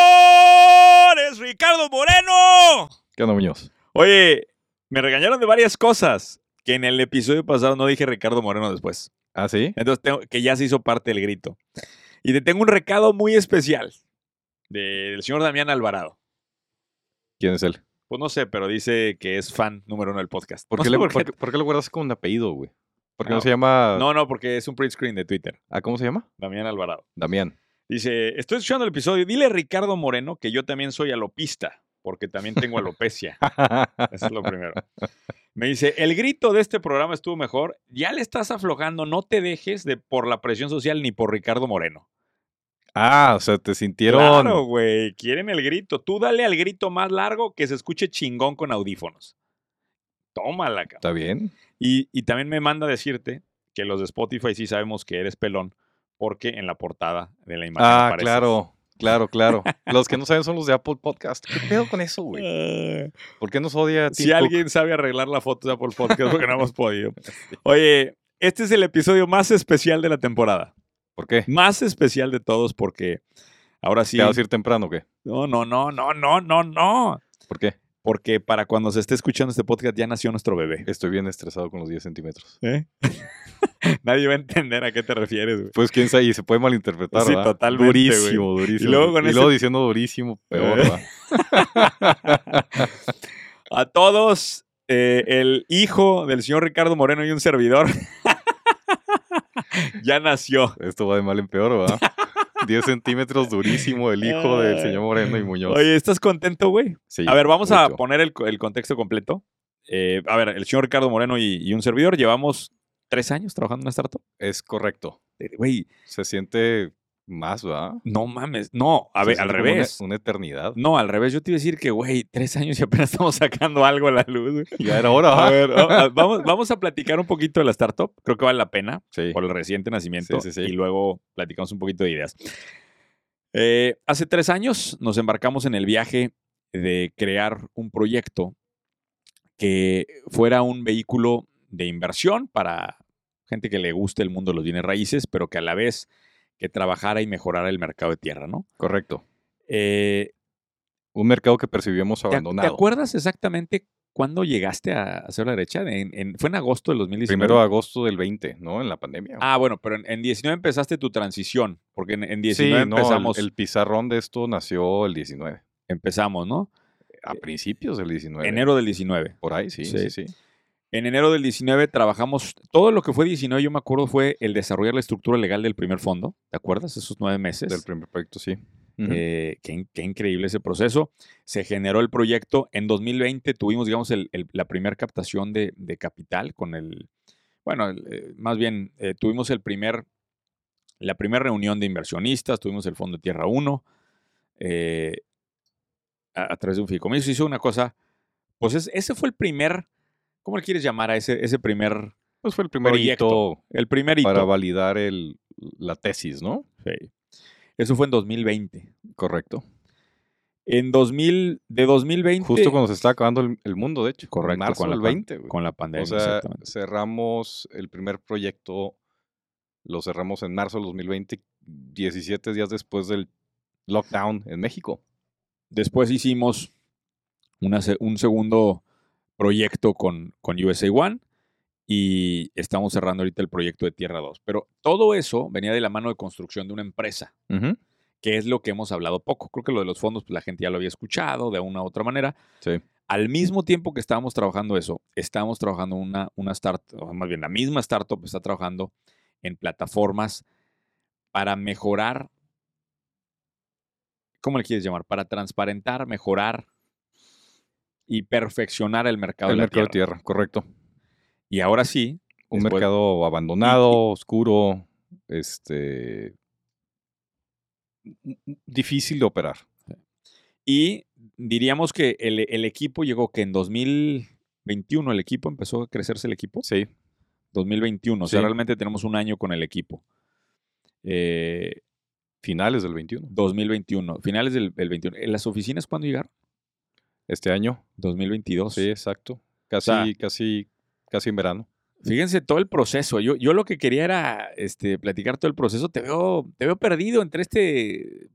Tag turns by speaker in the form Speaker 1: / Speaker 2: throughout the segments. Speaker 1: vendedores, Ricardo Moreno.
Speaker 2: ¿Qué onda, Muñoz?
Speaker 1: Oye, me regañaron de varias cosas que en el episodio pasado no dije Ricardo Moreno después.
Speaker 2: ¿Ah, sí?
Speaker 1: Entonces, tengo, que ya se hizo parte del grito. Y te tengo un recado muy especial del señor Damián Alvarado.
Speaker 2: ¿Quién es él?
Speaker 1: Pues no sé, pero dice que es fan número uno del podcast.
Speaker 2: ¿Por
Speaker 1: No
Speaker 2: qué,
Speaker 1: sé
Speaker 2: le,
Speaker 1: por qué.
Speaker 2: por qué- por qué lo guardas como un apellido, güey? ¿Por qué no,
Speaker 1: No.
Speaker 2: se llama...
Speaker 1: No, no, porque es un print screen de Twitter.
Speaker 2: ¿Ah, ¿Cómo se llama?
Speaker 1: Damián Alvarado.
Speaker 2: Damián.
Speaker 1: Dice, estoy escuchando el episodio. Dile a Ricardo Moreno que yo también soy alopista, porque también tengo alopecia. Eso es lo primero. Me dice, el grito de este programa estuvo mejor. Ya le estás aflojando, no te dejes de por la presión social ni por Ricardo Moreno.
Speaker 2: ah, o sea, te sintieron...
Speaker 1: Claro, güey. Quieren el grito. Tú dale al grito más largo que se escuche chingón con audífonos. Tómala, cabrón.
Speaker 2: ¿Está bien?
Speaker 1: Y, y también me manda a decirte que los de Spotify sí sabemos que eres pelón, porque en la portada de la imagen
Speaker 2: Ah,
Speaker 1: apareces.
Speaker 2: claro, claro, claro. los que no saben son los de Apple Podcast. ¿Qué pedo con eso, güey?
Speaker 1: Ah.
Speaker 2: ¿Por qué nos odia Tim
Speaker 1: Si
Speaker 2: Cook?
Speaker 1: alguien sabe arreglar la foto de Apple Podcast, porque no hemos podido. Oye, este es el episodio más especial de la temporada.
Speaker 2: ¿Por qué?
Speaker 1: Más especial de todos porque ahora sí.
Speaker 2: ¿Te vas a ir temprano o qué?
Speaker 1: No, no, no, no, no, no, no.
Speaker 2: ¿Por qué?
Speaker 1: Porque para cuando se esté escuchando este podcast ya nació nuestro bebé.
Speaker 2: Estoy bien estresado con los 10 centímetros.
Speaker 1: ¿eh? Nadie va a entender a qué te refieres, güey.
Speaker 2: Pues quién sabe, y se puede malinterpretar,
Speaker 1: Sí,
Speaker 2: ¿verdad?
Speaker 1: totalmente,
Speaker 2: Durísimo, durísimo.
Speaker 1: Y luego con ese-
Speaker 2: diciendo durísimo, peor,
Speaker 1: Eh.
Speaker 2: ¿verdad?
Speaker 1: A todos, eh, el hijo del señor Ricardo Moreno y un servidor ya nació.
Speaker 2: Esto va de mal en peor, ¿verdad? 10 centímetros durísimo el hijo del señor Moreno y Muñoz.
Speaker 1: Oye, ¿estás contento, güey?
Speaker 2: Sí,
Speaker 1: A ver, vamos a
Speaker 2: mucho.
Speaker 1: poner el, co- el contexto completo. Eh, a ver, el señor Ricardo Moreno y, y un servidor llevamos tres años trabajando en una startup.
Speaker 2: Es correcto.
Speaker 1: Eh, Güey,
Speaker 2: Se siente más, ¿verdad?
Speaker 1: no mames. No, a
Speaker 2: Se
Speaker 1: ver, al
Speaker 2: siente como una-
Speaker 1: revés.
Speaker 2: Una, eternidad.
Speaker 1: No, al revés. Yo te iba a decir que, güey, tres años y apenas estamos sacando algo a la luz. güey.
Speaker 2: Ya era hora,
Speaker 1: A
Speaker 2: ¿verdad?
Speaker 1: ver, o- a- vamos, vamos a platicar un poquito de la startup. Creo que vale la pena
Speaker 2: Sí.
Speaker 1: por el reciente nacimiento.
Speaker 2: Sí, sí, sí.
Speaker 1: Y luego platicamos un poquito de ideas. Eh, hace tres años nos embarcamos en el viaje de crear un proyecto que fuera un vehículo de inversión para gente que le guste el mundo de los bienes raíces, pero que a la vez que trabajara y mejorara el mercado de tierra, ¿no?
Speaker 2: Correcto.
Speaker 1: Eh,
Speaker 2: Un mercado que percibimos
Speaker 1: ¿te, ac-
Speaker 2: abandonado.
Speaker 1: te acuerdas exactamente cuándo llegaste a hacer la derecha? En- en- fue en agosto del 2019.
Speaker 2: Primero de agosto del 20, ¿no? En la pandemia.
Speaker 1: Ah, bueno, pero en, en 19 empezaste tu transición, porque en, en
Speaker 2: sí,
Speaker 1: 19
Speaker 2: no, el-
Speaker 1: empezamos,
Speaker 2: el, pizarrón de esto nació el 19.
Speaker 1: empezamos, ¿no?
Speaker 2: A principios del 19.
Speaker 1: Eh, Enero del 19.
Speaker 2: Por ahí, sí,
Speaker 1: Sí.
Speaker 2: sí, sí.
Speaker 1: En enero del 19 trabajamos, todo lo que fue 19, yo me acuerdo, fue el desarrollar la estructura legal del primer fondo, ¿te acuerdas? Esos nueve meses.
Speaker 2: Del primer proyecto, sí. Ujú.
Speaker 1: Eh, qué, in- qué increíble ese proceso. Se generó el proyecto. En 2020 tuvimos, digamos, el- el- la primera captación de, de capital con el, bueno, el, eh, más bien eh, tuvimos el primer, la primera reunión de inversionistas, tuvimos el Fondo de Tierra 1 eh, a, a través de un fideicomiso. Hizo una cosa, pues es- ese fue el primer, ¿cómo le quieres llamar a ese, ese primer,
Speaker 2: pues fue el primer
Speaker 1: proyecto.
Speaker 2: hito
Speaker 1: el primer hito?
Speaker 2: para validar el, la tesis, ¿no?
Speaker 1: Sí. Eso fue en 2020.
Speaker 2: Correcto.
Speaker 1: En 2000, de 2020.
Speaker 2: Justo cuando se está acabando el, el mundo, de hecho. en
Speaker 1: Correcto,
Speaker 2: Marzo
Speaker 1: con la
Speaker 2: del
Speaker 1: pan-
Speaker 2: 20. güey.
Speaker 1: con la pandemia,
Speaker 2: o sea,
Speaker 1: exactamente.
Speaker 2: cerramos el primer proyecto, lo cerramos en marzo del 2020, 17 días después del lockdown en México.
Speaker 1: Después hicimos una se- un segundo proyecto con, con USA One y estamos cerrando ahorita el proyecto de Tierra 2. Pero todo eso venía de la mano de construcción de una empresa, que es lo que hemos hablado poco. Creo que lo de los fondos, pues, la gente ya lo había escuchado de una u otra manera.
Speaker 2: Sí.
Speaker 1: Al mismo tiempo que estábamos trabajando eso, estábamos trabajando una, una startup, o más bien la misma startup está trabajando en plataformas para mejorar, ¿cómo le quieres llamar? Para transparentar, mejorar y perfeccionar el mercado,
Speaker 2: El
Speaker 1: de, la
Speaker 2: mercado de
Speaker 1: tierra.
Speaker 2: tierra, correcto.
Speaker 1: Y ahora sí,
Speaker 2: Un
Speaker 1: Después-
Speaker 2: mercado abandonado, oscuro, este m- m- difícil de operar.
Speaker 1: y diríamos que el, el equipo llegó que en 2021 el equipo empezó a crecerse el equipo.
Speaker 2: Sí,
Speaker 1: 2021. O sea,
Speaker 2: Sí.
Speaker 1: realmente tenemos un año con el equipo. Eh,
Speaker 2: finales del 21.
Speaker 1: 2021, finales del, del 21. ¿En ¿Las oficinas cuándo llegaron?
Speaker 2: Este año,
Speaker 1: 2022.
Speaker 2: sí, exacto. Casi,
Speaker 1: sea-
Speaker 2: casi, casi en verano.
Speaker 1: Fíjense todo el proceso. Yo, yo lo que quería era este, platicar todo el proceso. Te veo, te veo perdido entre este,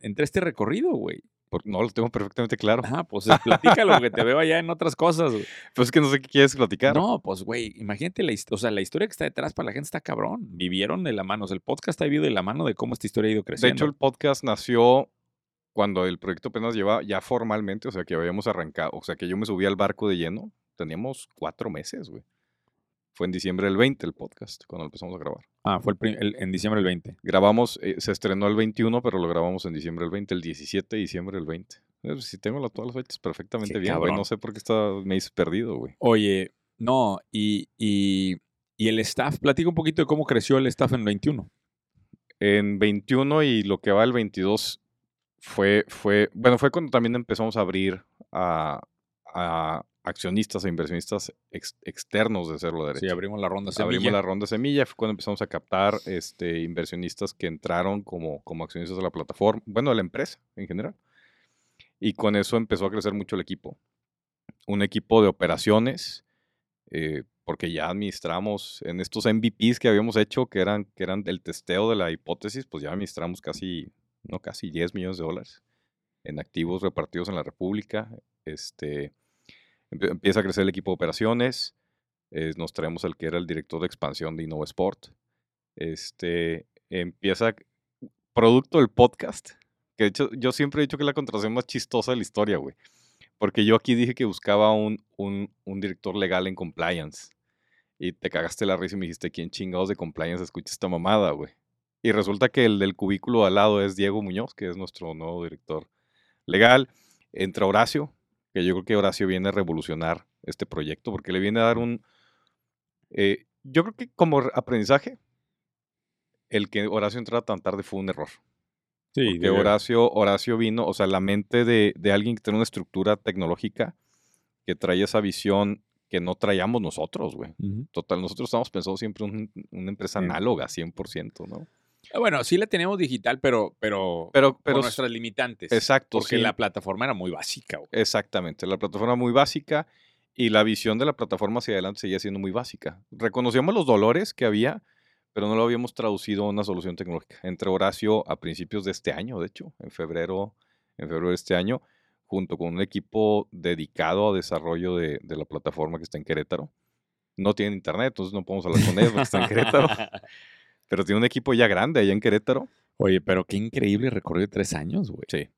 Speaker 1: entre este recorrido, güey.
Speaker 2: Porque no lo tengo perfectamente claro.
Speaker 1: Ah, pues eh, platícalo, porque te veo allá en otras cosas. güey.
Speaker 2: Pues es que no sé qué quieres platicar.
Speaker 1: No, pues, güey, imagínate la, his- o sea, la historia que está detrás para la gente está cabrón. Vivieron de la mano. O sea, el podcast ha vivido de la mano de cómo esta historia ha ido
Speaker 2: de
Speaker 1: creciendo.
Speaker 2: hecho, el podcast nació cuando el proyecto apenas llevaba ya formalmente, o sea, que habíamos arrancado, o sea, que yo me subí al barco de lleno. Teníamos cuatro meses, güey. Fue en diciembre del 20 el podcast, cuando lo empezamos a grabar.
Speaker 1: ah, fue el prim- el- en diciembre del 20.
Speaker 2: Grabamos, eh, se estrenó el 21, pero lo grabamos en diciembre del 20, el 17 de diciembre del 20. Eh, Si tengo las- todas las fechas perfectamente
Speaker 1: Qué
Speaker 2: bien, güey.
Speaker 1: cabrón.
Speaker 2: No sé por qué está, me hice perdido, güey.
Speaker 1: Oye, no, y, y, y el staff, platica un poquito de cómo creció el staff en 21.
Speaker 2: En 21 y lo que va el 22 fue, fue, bueno, fue cuando también empezamos a abrir a, a accionistas e inversionistas ex- externos de Cerro Derecho.
Speaker 1: Sí, abrimos la ronda
Speaker 2: Abrimos
Speaker 1: Semilla.
Speaker 2: la ronda semilla, fue cuando empezamos a captar este, inversionistas que entraron como, como accionistas de la plataforma, bueno, de la empresa en general. Y con eso empezó a crecer mucho el equipo. Un equipo de operaciones, eh, porque ya administramos en estos MVPs que habíamos hecho, que eran, que eran el testeo de la hipótesis, pues ya administramos casi, no casi 10 millones de dólares en activos repartidos en la República. Este, empe- empieza a crecer el equipo de operaciones eh, nos traemos al que era el director de expansión de InnovaSport. Este, empieza producto del podcast, que de hecho yo siempre he dicho que es la contraseña más chistosa de la historia, güey. Porque yo aquí dije que buscaba un, un, un director legal en compliance. Y te cagaste la risa y me dijiste, ¿quién chingados de compliance escucha esta mamada, güey? Y resulta que el del cubículo al lado es Diego Muñoz, que es nuestro nuevo director legal. Entra Horacio, que yo creo que Horacio viene a revolucionar este proyecto, porque le viene a dar un... eh, yo creo que como re- aprendizaje, el que Horacio entrara tan tarde fue un error.
Speaker 1: Sí,
Speaker 2: Que Horacio, Horacio vino, o sea, la mente de, de alguien que tiene una estructura tecnológica que trae esa visión que no traíamos nosotros, güey.
Speaker 1: Ujú.
Speaker 2: Total, nosotros estamos pensando siempre un- una empresa
Speaker 1: Sí.
Speaker 2: análoga, 100%, ¿no?
Speaker 1: Ah, Bueno, sí la tenemos digital, pero, pero,
Speaker 2: Pero,
Speaker 1: con
Speaker 2: pero
Speaker 1: nuestras limitantes.
Speaker 2: exacto,
Speaker 1: Porque
Speaker 2: sí.
Speaker 1: la plataforma era muy básica, güey.
Speaker 2: Exactamente, la plataforma muy básica y la visión de la plataforma hacia adelante seguía siendo muy básica. Reconocíamos los dolores que había, pero no lo habíamos traducido a una solución tecnológica. Entre Horacio a principios de este año, de hecho, en febrero, en febrero de este año, junto con un equipo dedicado a desarrollo de, de la plataforma que está en Querétaro. No tienen internet, entonces no podemos hablar con ellos porque está en Querétaro, pero tiene un equipo ya grande allá en Querétaro.
Speaker 1: Oye, pero qué increíble recorrido de tres años, güey.
Speaker 2: Sí.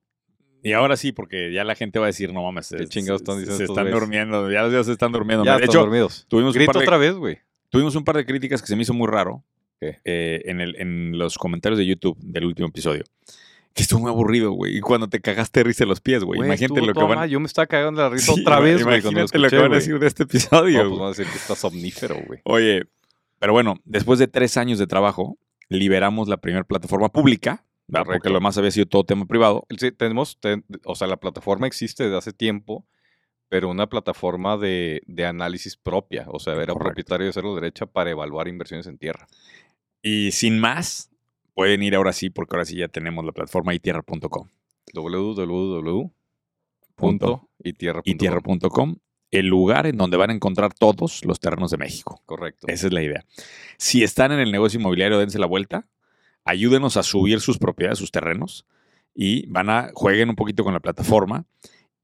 Speaker 1: Y ahora sí, porque ya la gente va a decir, no mames,
Speaker 2: ¿Qué
Speaker 1: se-
Speaker 2: chingados
Speaker 1: se-
Speaker 2: están
Speaker 1: se-
Speaker 2: diciendo
Speaker 1: Se
Speaker 2: estos
Speaker 1: están
Speaker 2: güeyes?
Speaker 1: durmiendo, ya, ya se están durmiendo.
Speaker 2: Ya
Speaker 1: de
Speaker 2: están
Speaker 1: hecho,
Speaker 2: dormidos.
Speaker 1: tuvimos un,
Speaker 2: Grita
Speaker 1: par de,
Speaker 2: otra vez, güey.
Speaker 1: tuvimos un par de críticas que se me hizo muy raro
Speaker 2: ¿Qué?
Speaker 1: eh, en, el, en los comentarios de YouTube del último episodio. Que estuvo muy aburrido, güey. Y cuando te cagaste de risa en los pies, güey.
Speaker 2: Güey,
Speaker 1: Imagínate
Speaker 2: estuvo
Speaker 1: lo que
Speaker 2: toda
Speaker 1: van
Speaker 2: madre, Yo me estaba cagando la risa
Speaker 1: Sí,
Speaker 2: otra
Speaker 1: güey,
Speaker 2: vez, güey. cuando
Speaker 1: Imagínate lo que
Speaker 2: escuché,
Speaker 1: van a
Speaker 2: güey.
Speaker 1: decir de este
Speaker 2: No,
Speaker 1: episodio.
Speaker 2: pues
Speaker 1: güey.
Speaker 2: van a decir que está somnífero, güey.
Speaker 1: Oye, pero bueno, después de tres años de trabajo, liberamos la primera plataforma pública, ¿verdad? porque
Speaker 2: Correcto.
Speaker 1: lo demás había sido todo tema privado.
Speaker 2: El- sí, tenemos, ten- o sea, la plataforma existe desde hace tiempo, pero una plataforma de, de análisis propia. O sea, era
Speaker 1: Correcto.
Speaker 2: propietario de Cerro Derecha para evaluar inversiones en tierra.
Speaker 1: Y sin más, pueden ir ahora sí, porque ahora sí ya tenemos la plataforma itierra.com.
Speaker 2: www.itierra.com.
Speaker 1: Punto. Itierra.com, el lugar en donde van a encontrar todos los terrenos de México.
Speaker 2: Correcto.
Speaker 1: Esa es la idea. Si están en el negocio inmobiliario, dense la vuelta. Ayúdenos a subir sus propiedades, sus terrenos. Y van a jueguen un poquito con la plataforma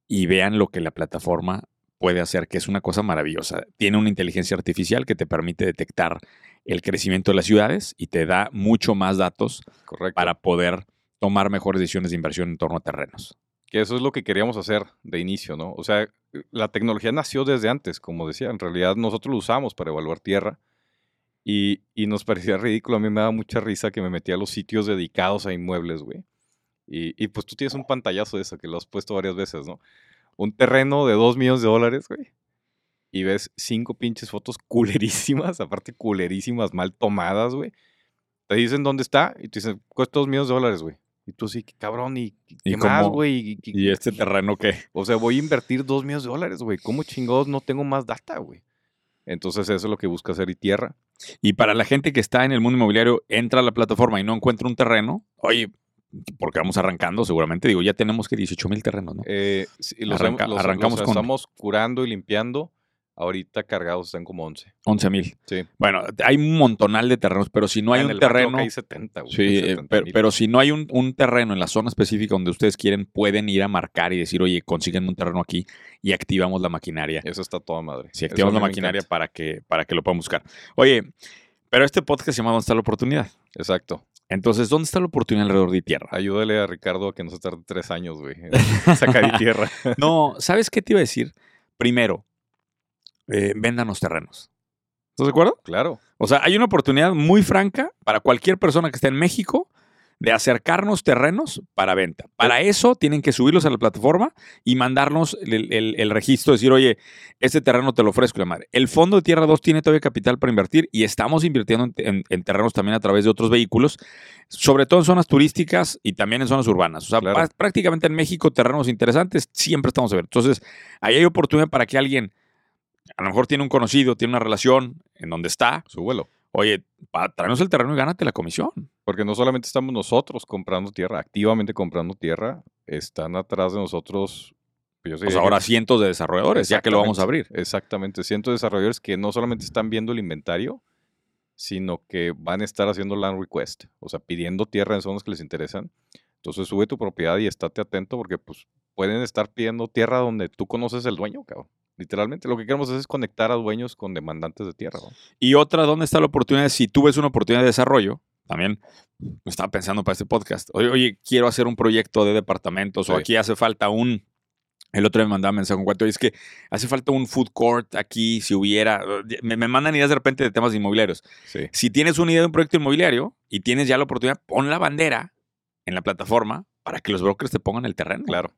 Speaker 1: y vean lo que la plataforma puede hacer, que es una cosa maravillosa. Tiene una inteligencia artificial que te permite detectar el crecimiento de las ciudades y te da mucho más datos
Speaker 2: Correcto.
Speaker 1: para poder tomar mejores decisiones de inversión en torno a terrenos.
Speaker 2: Que eso es lo que queríamos hacer de inicio, ¿no? O sea, la tecnología nació desde antes, como decía. En realidad nosotros lo usamos para evaluar tierra y, y nos parecía ridículo. A mí me daba mucha risa que me metía a los sitios dedicados a inmuebles, güey. Y, y pues tú tienes un pantallazo de eso que lo has puesto varias veces, ¿no? Un terreno de dos millones de dólares, güey. Y ves cinco pinches fotos culerísimas, aparte culerísimas, mal tomadas, güey. Te dicen dónde está y te dicen, cuesta dos millones de dólares, güey. Y tú sí, cabrón, ¿y qué
Speaker 1: ¿Y
Speaker 2: qué más,
Speaker 1: cómo-
Speaker 2: güey? ¿Y qué-
Speaker 1: Y este terreno que
Speaker 2: o sea, voy a invertir dos millones de dólares, güey. ¿Cómo chingados no tengo más data, güey? Entonces eso es lo que busca hacer y tierra.
Speaker 1: Y para la gente que está en el mundo inmobiliario, entra a la plataforma y no encuentra un terreno, oye, porque vamos arrancando seguramente, digo, ya tenemos que 18 mil terrenos, ¿no?
Speaker 2: Eh, sí, los, hem-
Speaker 1: Arranca-
Speaker 2: los- los
Speaker 1: arrancamos con-
Speaker 2: estamos curando y limpiando. Ahorita cargados están como 11.
Speaker 1: 11 mil.
Speaker 2: Sí.
Speaker 1: Bueno, hay un montonal de terrenos, pero si no hay
Speaker 2: Ah, En
Speaker 1: un
Speaker 2: el backlog
Speaker 1: terreno.
Speaker 2: Hay 70, güey.
Speaker 1: Sí, eh,
Speaker 2: 70
Speaker 1: pero,
Speaker 2: mil.
Speaker 1: pero si no hay un, un terreno en la zona específica donde ustedes quieren, pueden ir a marcar y decir, oye, consiguen un terreno aquí y activamos la maquinaria.
Speaker 2: Eso está toda madre.
Speaker 1: Si
Speaker 2: Eso
Speaker 1: activamos
Speaker 2: a
Speaker 1: la
Speaker 2: mí me
Speaker 1: maquinaria
Speaker 2: encanta.
Speaker 1: para que, para que lo puedan buscar. Oye, pero este podcast se llama ¿Dónde está la oportunidad?
Speaker 2: Exacto.
Speaker 1: Entonces, ¿dónde está la oportunidad alrededor de tierra?
Speaker 2: Ayúdale a Ricardo a que no se tarde tres años, güey. en Sacar y tierra.
Speaker 1: No, ¿sabes qué te iba a decir? Primero, eh, véndanos terrenos. ¿Estás de acuerdo?
Speaker 2: Claro.
Speaker 1: O sea, hay una oportunidad muy franca para cualquier persona que esté en México de acercarnos terrenos para venta. Para eso tienen que subirlos a la plataforma y mandarnos el, el- el registro, decir, oye, este terreno te lo ofrezco, la madre. El Fondo de Tierra 2 tiene todavía capital para invertir y estamos invirtiendo en, en- en terrenos también a través de otros vehículos, sobre todo en zonas turísticas y también en zonas urbanas. O sea,
Speaker 2: Claro.
Speaker 1: prá- prácticamente en México terrenos interesantes siempre estamos a ver. Entonces, ahí hay oportunidad para que alguien, a lo mejor tiene un conocido, tiene una relación en donde está,
Speaker 2: Súbelo.
Speaker 1: Oye, pa- tráenos el terreno y gánate la comisión.
Speaker 2: Porque no solamente estamos nosotros comprando tierra, activamente comprando tierra, están atrás de nosotros. pues yo
Speaker 1: O
Speaker 2: diría
Speaker 1: sea,
Speaker 2: que-
Speaker 1: ahora cientos de desarrolladores, ya que lo vamos a abrir.
Speaker 2: Exactamente. Cientos de desarrolladores que no solamente están viendo el inventario, sino que van a estar haciendo land request, o sea, pidiendo tierra en zonas que les interesan. Entonces sube tu propiedad y estate atento porque pues pueden estar pidiendo tierra donde tú conoces el dueño, cabrón. Literalmente, lo que queremos hacer es conectar a dueños con demandantes de tierra. ¿no?
Speaker 1: Y otra, ¿dónde está la oportunidad? Si tú ves una oportunidad de desarrollo, también estaba pensando para este podcast. Oye, oye, quiero hacer un proyecto de departamentos o
Speaker 2: Sí.
Speaker 1: aquí hace falta un. El otro día me mandaba mensaje un cuate, es que hace falta un food court aquí, si hubiera. eh, Me, me mandan ideas de repente de temas inmobiliarios.
Speaker 2: Sí.
Speaker 1: Si tienes una idea de un proyecto inmobiliario y tienes ya la oportunidad, pon la bandera en la plataforma para que los brokers te pongan el terreno.
Speaker 2: Claro.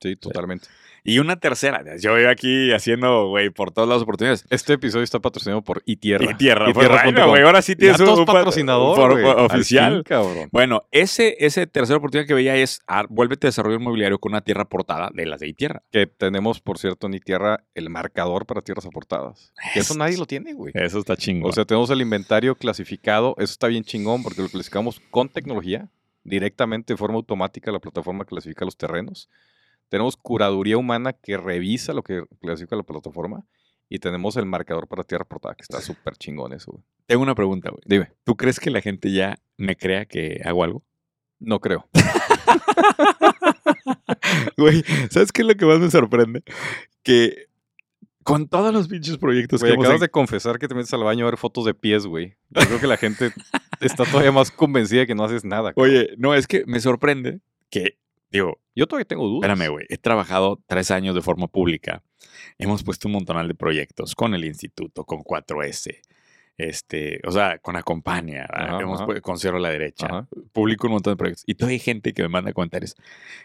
Speaker 2: Sí, totalmente.
Speaker 1: Y una tercera, yo veo aquí haciendo, güey, por todas las oportunidades.
Speaker 2: Este episodio está patrocinado por iTierra.
Speaker 1: Y tierra,
Speaker 2: Y
Speaker 1: pues,
Speaker 2: tierra
Speaker 1: bueno,
Speaker 2: punto com.
Speaker 1: güey, ahora sí
Speaker 2: Ya
Speaker 1: tienes un,
Speaker 2: todos
Speaker 1: un pat-
Speaker 2: patrocinador,
Speaker 1: for-
Speaker 2: güey, al fin,
Speaker 1: oficial.
Speaker 2: cabrón.
Speaker 1: Bueno, ese, ese tercera oportunidad que veía es ah, vuélvete a desarrollo inmobiliario con una tierra portada de las de tierra.
Speaker 2: Que tenemos, por cierto, en tierra el marcador para tierras aportadas. Que eso
Speaker 1: Es-
Speaker 2: nadie lo tiene, güey.
Speaker 1: Eso está chingón.
Speaker 2: O sea, tenemos el inventario clasificado. Eso está bien chingón porque lo clasificamos con tecnología, directamente de forma automática la plataforma clasifica los terrenos. Tenemos curaduría humana que revisa lo que clasifica la plataforma. Y tenemos el marcador para tierra portada, que está súper chingón eso, güey.
Speaker 1: tengo una pregunta, güey.
Speaker 2: Dime.
Speaker 1: ¿Tú crees que la gente ya me crea que hago algo?
Speaker 2: No creo.
Speaker 1: Güey, ¿sabes qué es lo que más me sorprende? Que con todos los pinches proyectos
Speaker 2: Güey,
Speaker 1: que hemos
Speaker 2: acabas de confesar que te metes al baño a ver fotos de pies, güey. Yo creo que la gente está todavía más convencida de que no haces nada. cabrón.
Speaker 1: Oye, no, es que me sorprende que, digo,
Speaker 2: yo todavía tengo dudas.
Speaker 1: Espérame, güey. He trabajado tres años de forma pública. Hemos puesto un montonal de proyectos con el instituto, con 4S, este, o sea, con Acompaña, ¿verdad?
Speaker 2: Ajá,
Speaker 1: Hemos
Speaker 2: ajá.
Speaker 1: pu- con Cierro a la Derecha.
Speaker 2: Ajá.
Speaker 1: Publico un montón de proyectos. Y todavía hay gente que me manda comentarios.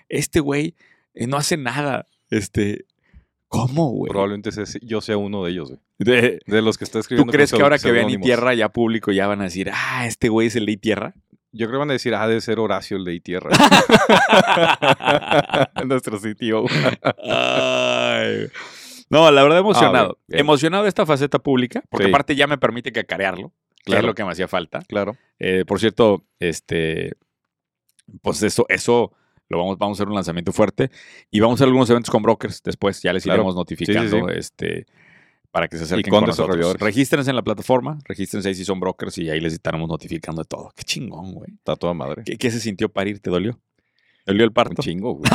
Speaker 1: Este güey eh, no hace nada. Este, ¿cómo, güey?
Speaker 2: Probablemente ese- yo sea uno de ellos, güey.
Speaker 1: De-
Speaker 2: De los que está
Speaker 1: ¿Tú
Speaker 2: escribiendo. con
Speaker 1: crees que
Speaker 2: pseu-
Speaker 1: ahora que vean y
Speaker 2: pseudónimos.
Speaker 1: tierra ya público ya van a decir, ah, este güey es el de tierra?
Speaker 2: Yo creo que van a decir, ah, de ser Horacio el de Itierra. Nuestro sitio.
Speaker 1: Ay. No, la verdad emocionado.
Speaker 2: Ah, bien, bien.
Speaker 1: Emocionado de esta faceta pública, porque
Speaker 2: Sí.
Speaker 1: aparte ya me permite cacarearlo, que es
Speaker 2: Claro.
Speaker 1: lo que me hacía falta.
Speaker 2: Claro.
Speaker 1: Eh, por cierto, este, pues eso, eso lo vamos, vamos a hacer un lanzamiento fuerte y vamos a hacer algunos eventos con brokers después, ya les
Speaker 2: Claro.
Speaker 1: iremos notificando,
Speaker 2: Sí, sí, sí.
Speaker 1: este, para que se acerquen
Speaker 2: con
Speaker 1: con, nosotros.
Speaker 2: desarrolladores.
Speaker 1: Regístrense en la plataforma, regístrense ahí si son brokers y ahí les estaremos notificando de todo. Qué chingón, güey.
Speaker 2: Está toda madre.
Speaker 1: ¿Qué, qué se sintió parir? ¿Te dolió? ¿Dolió el
Speaker 2: Un
Speaker 1: parto?
Speaker 2: chingo, güey.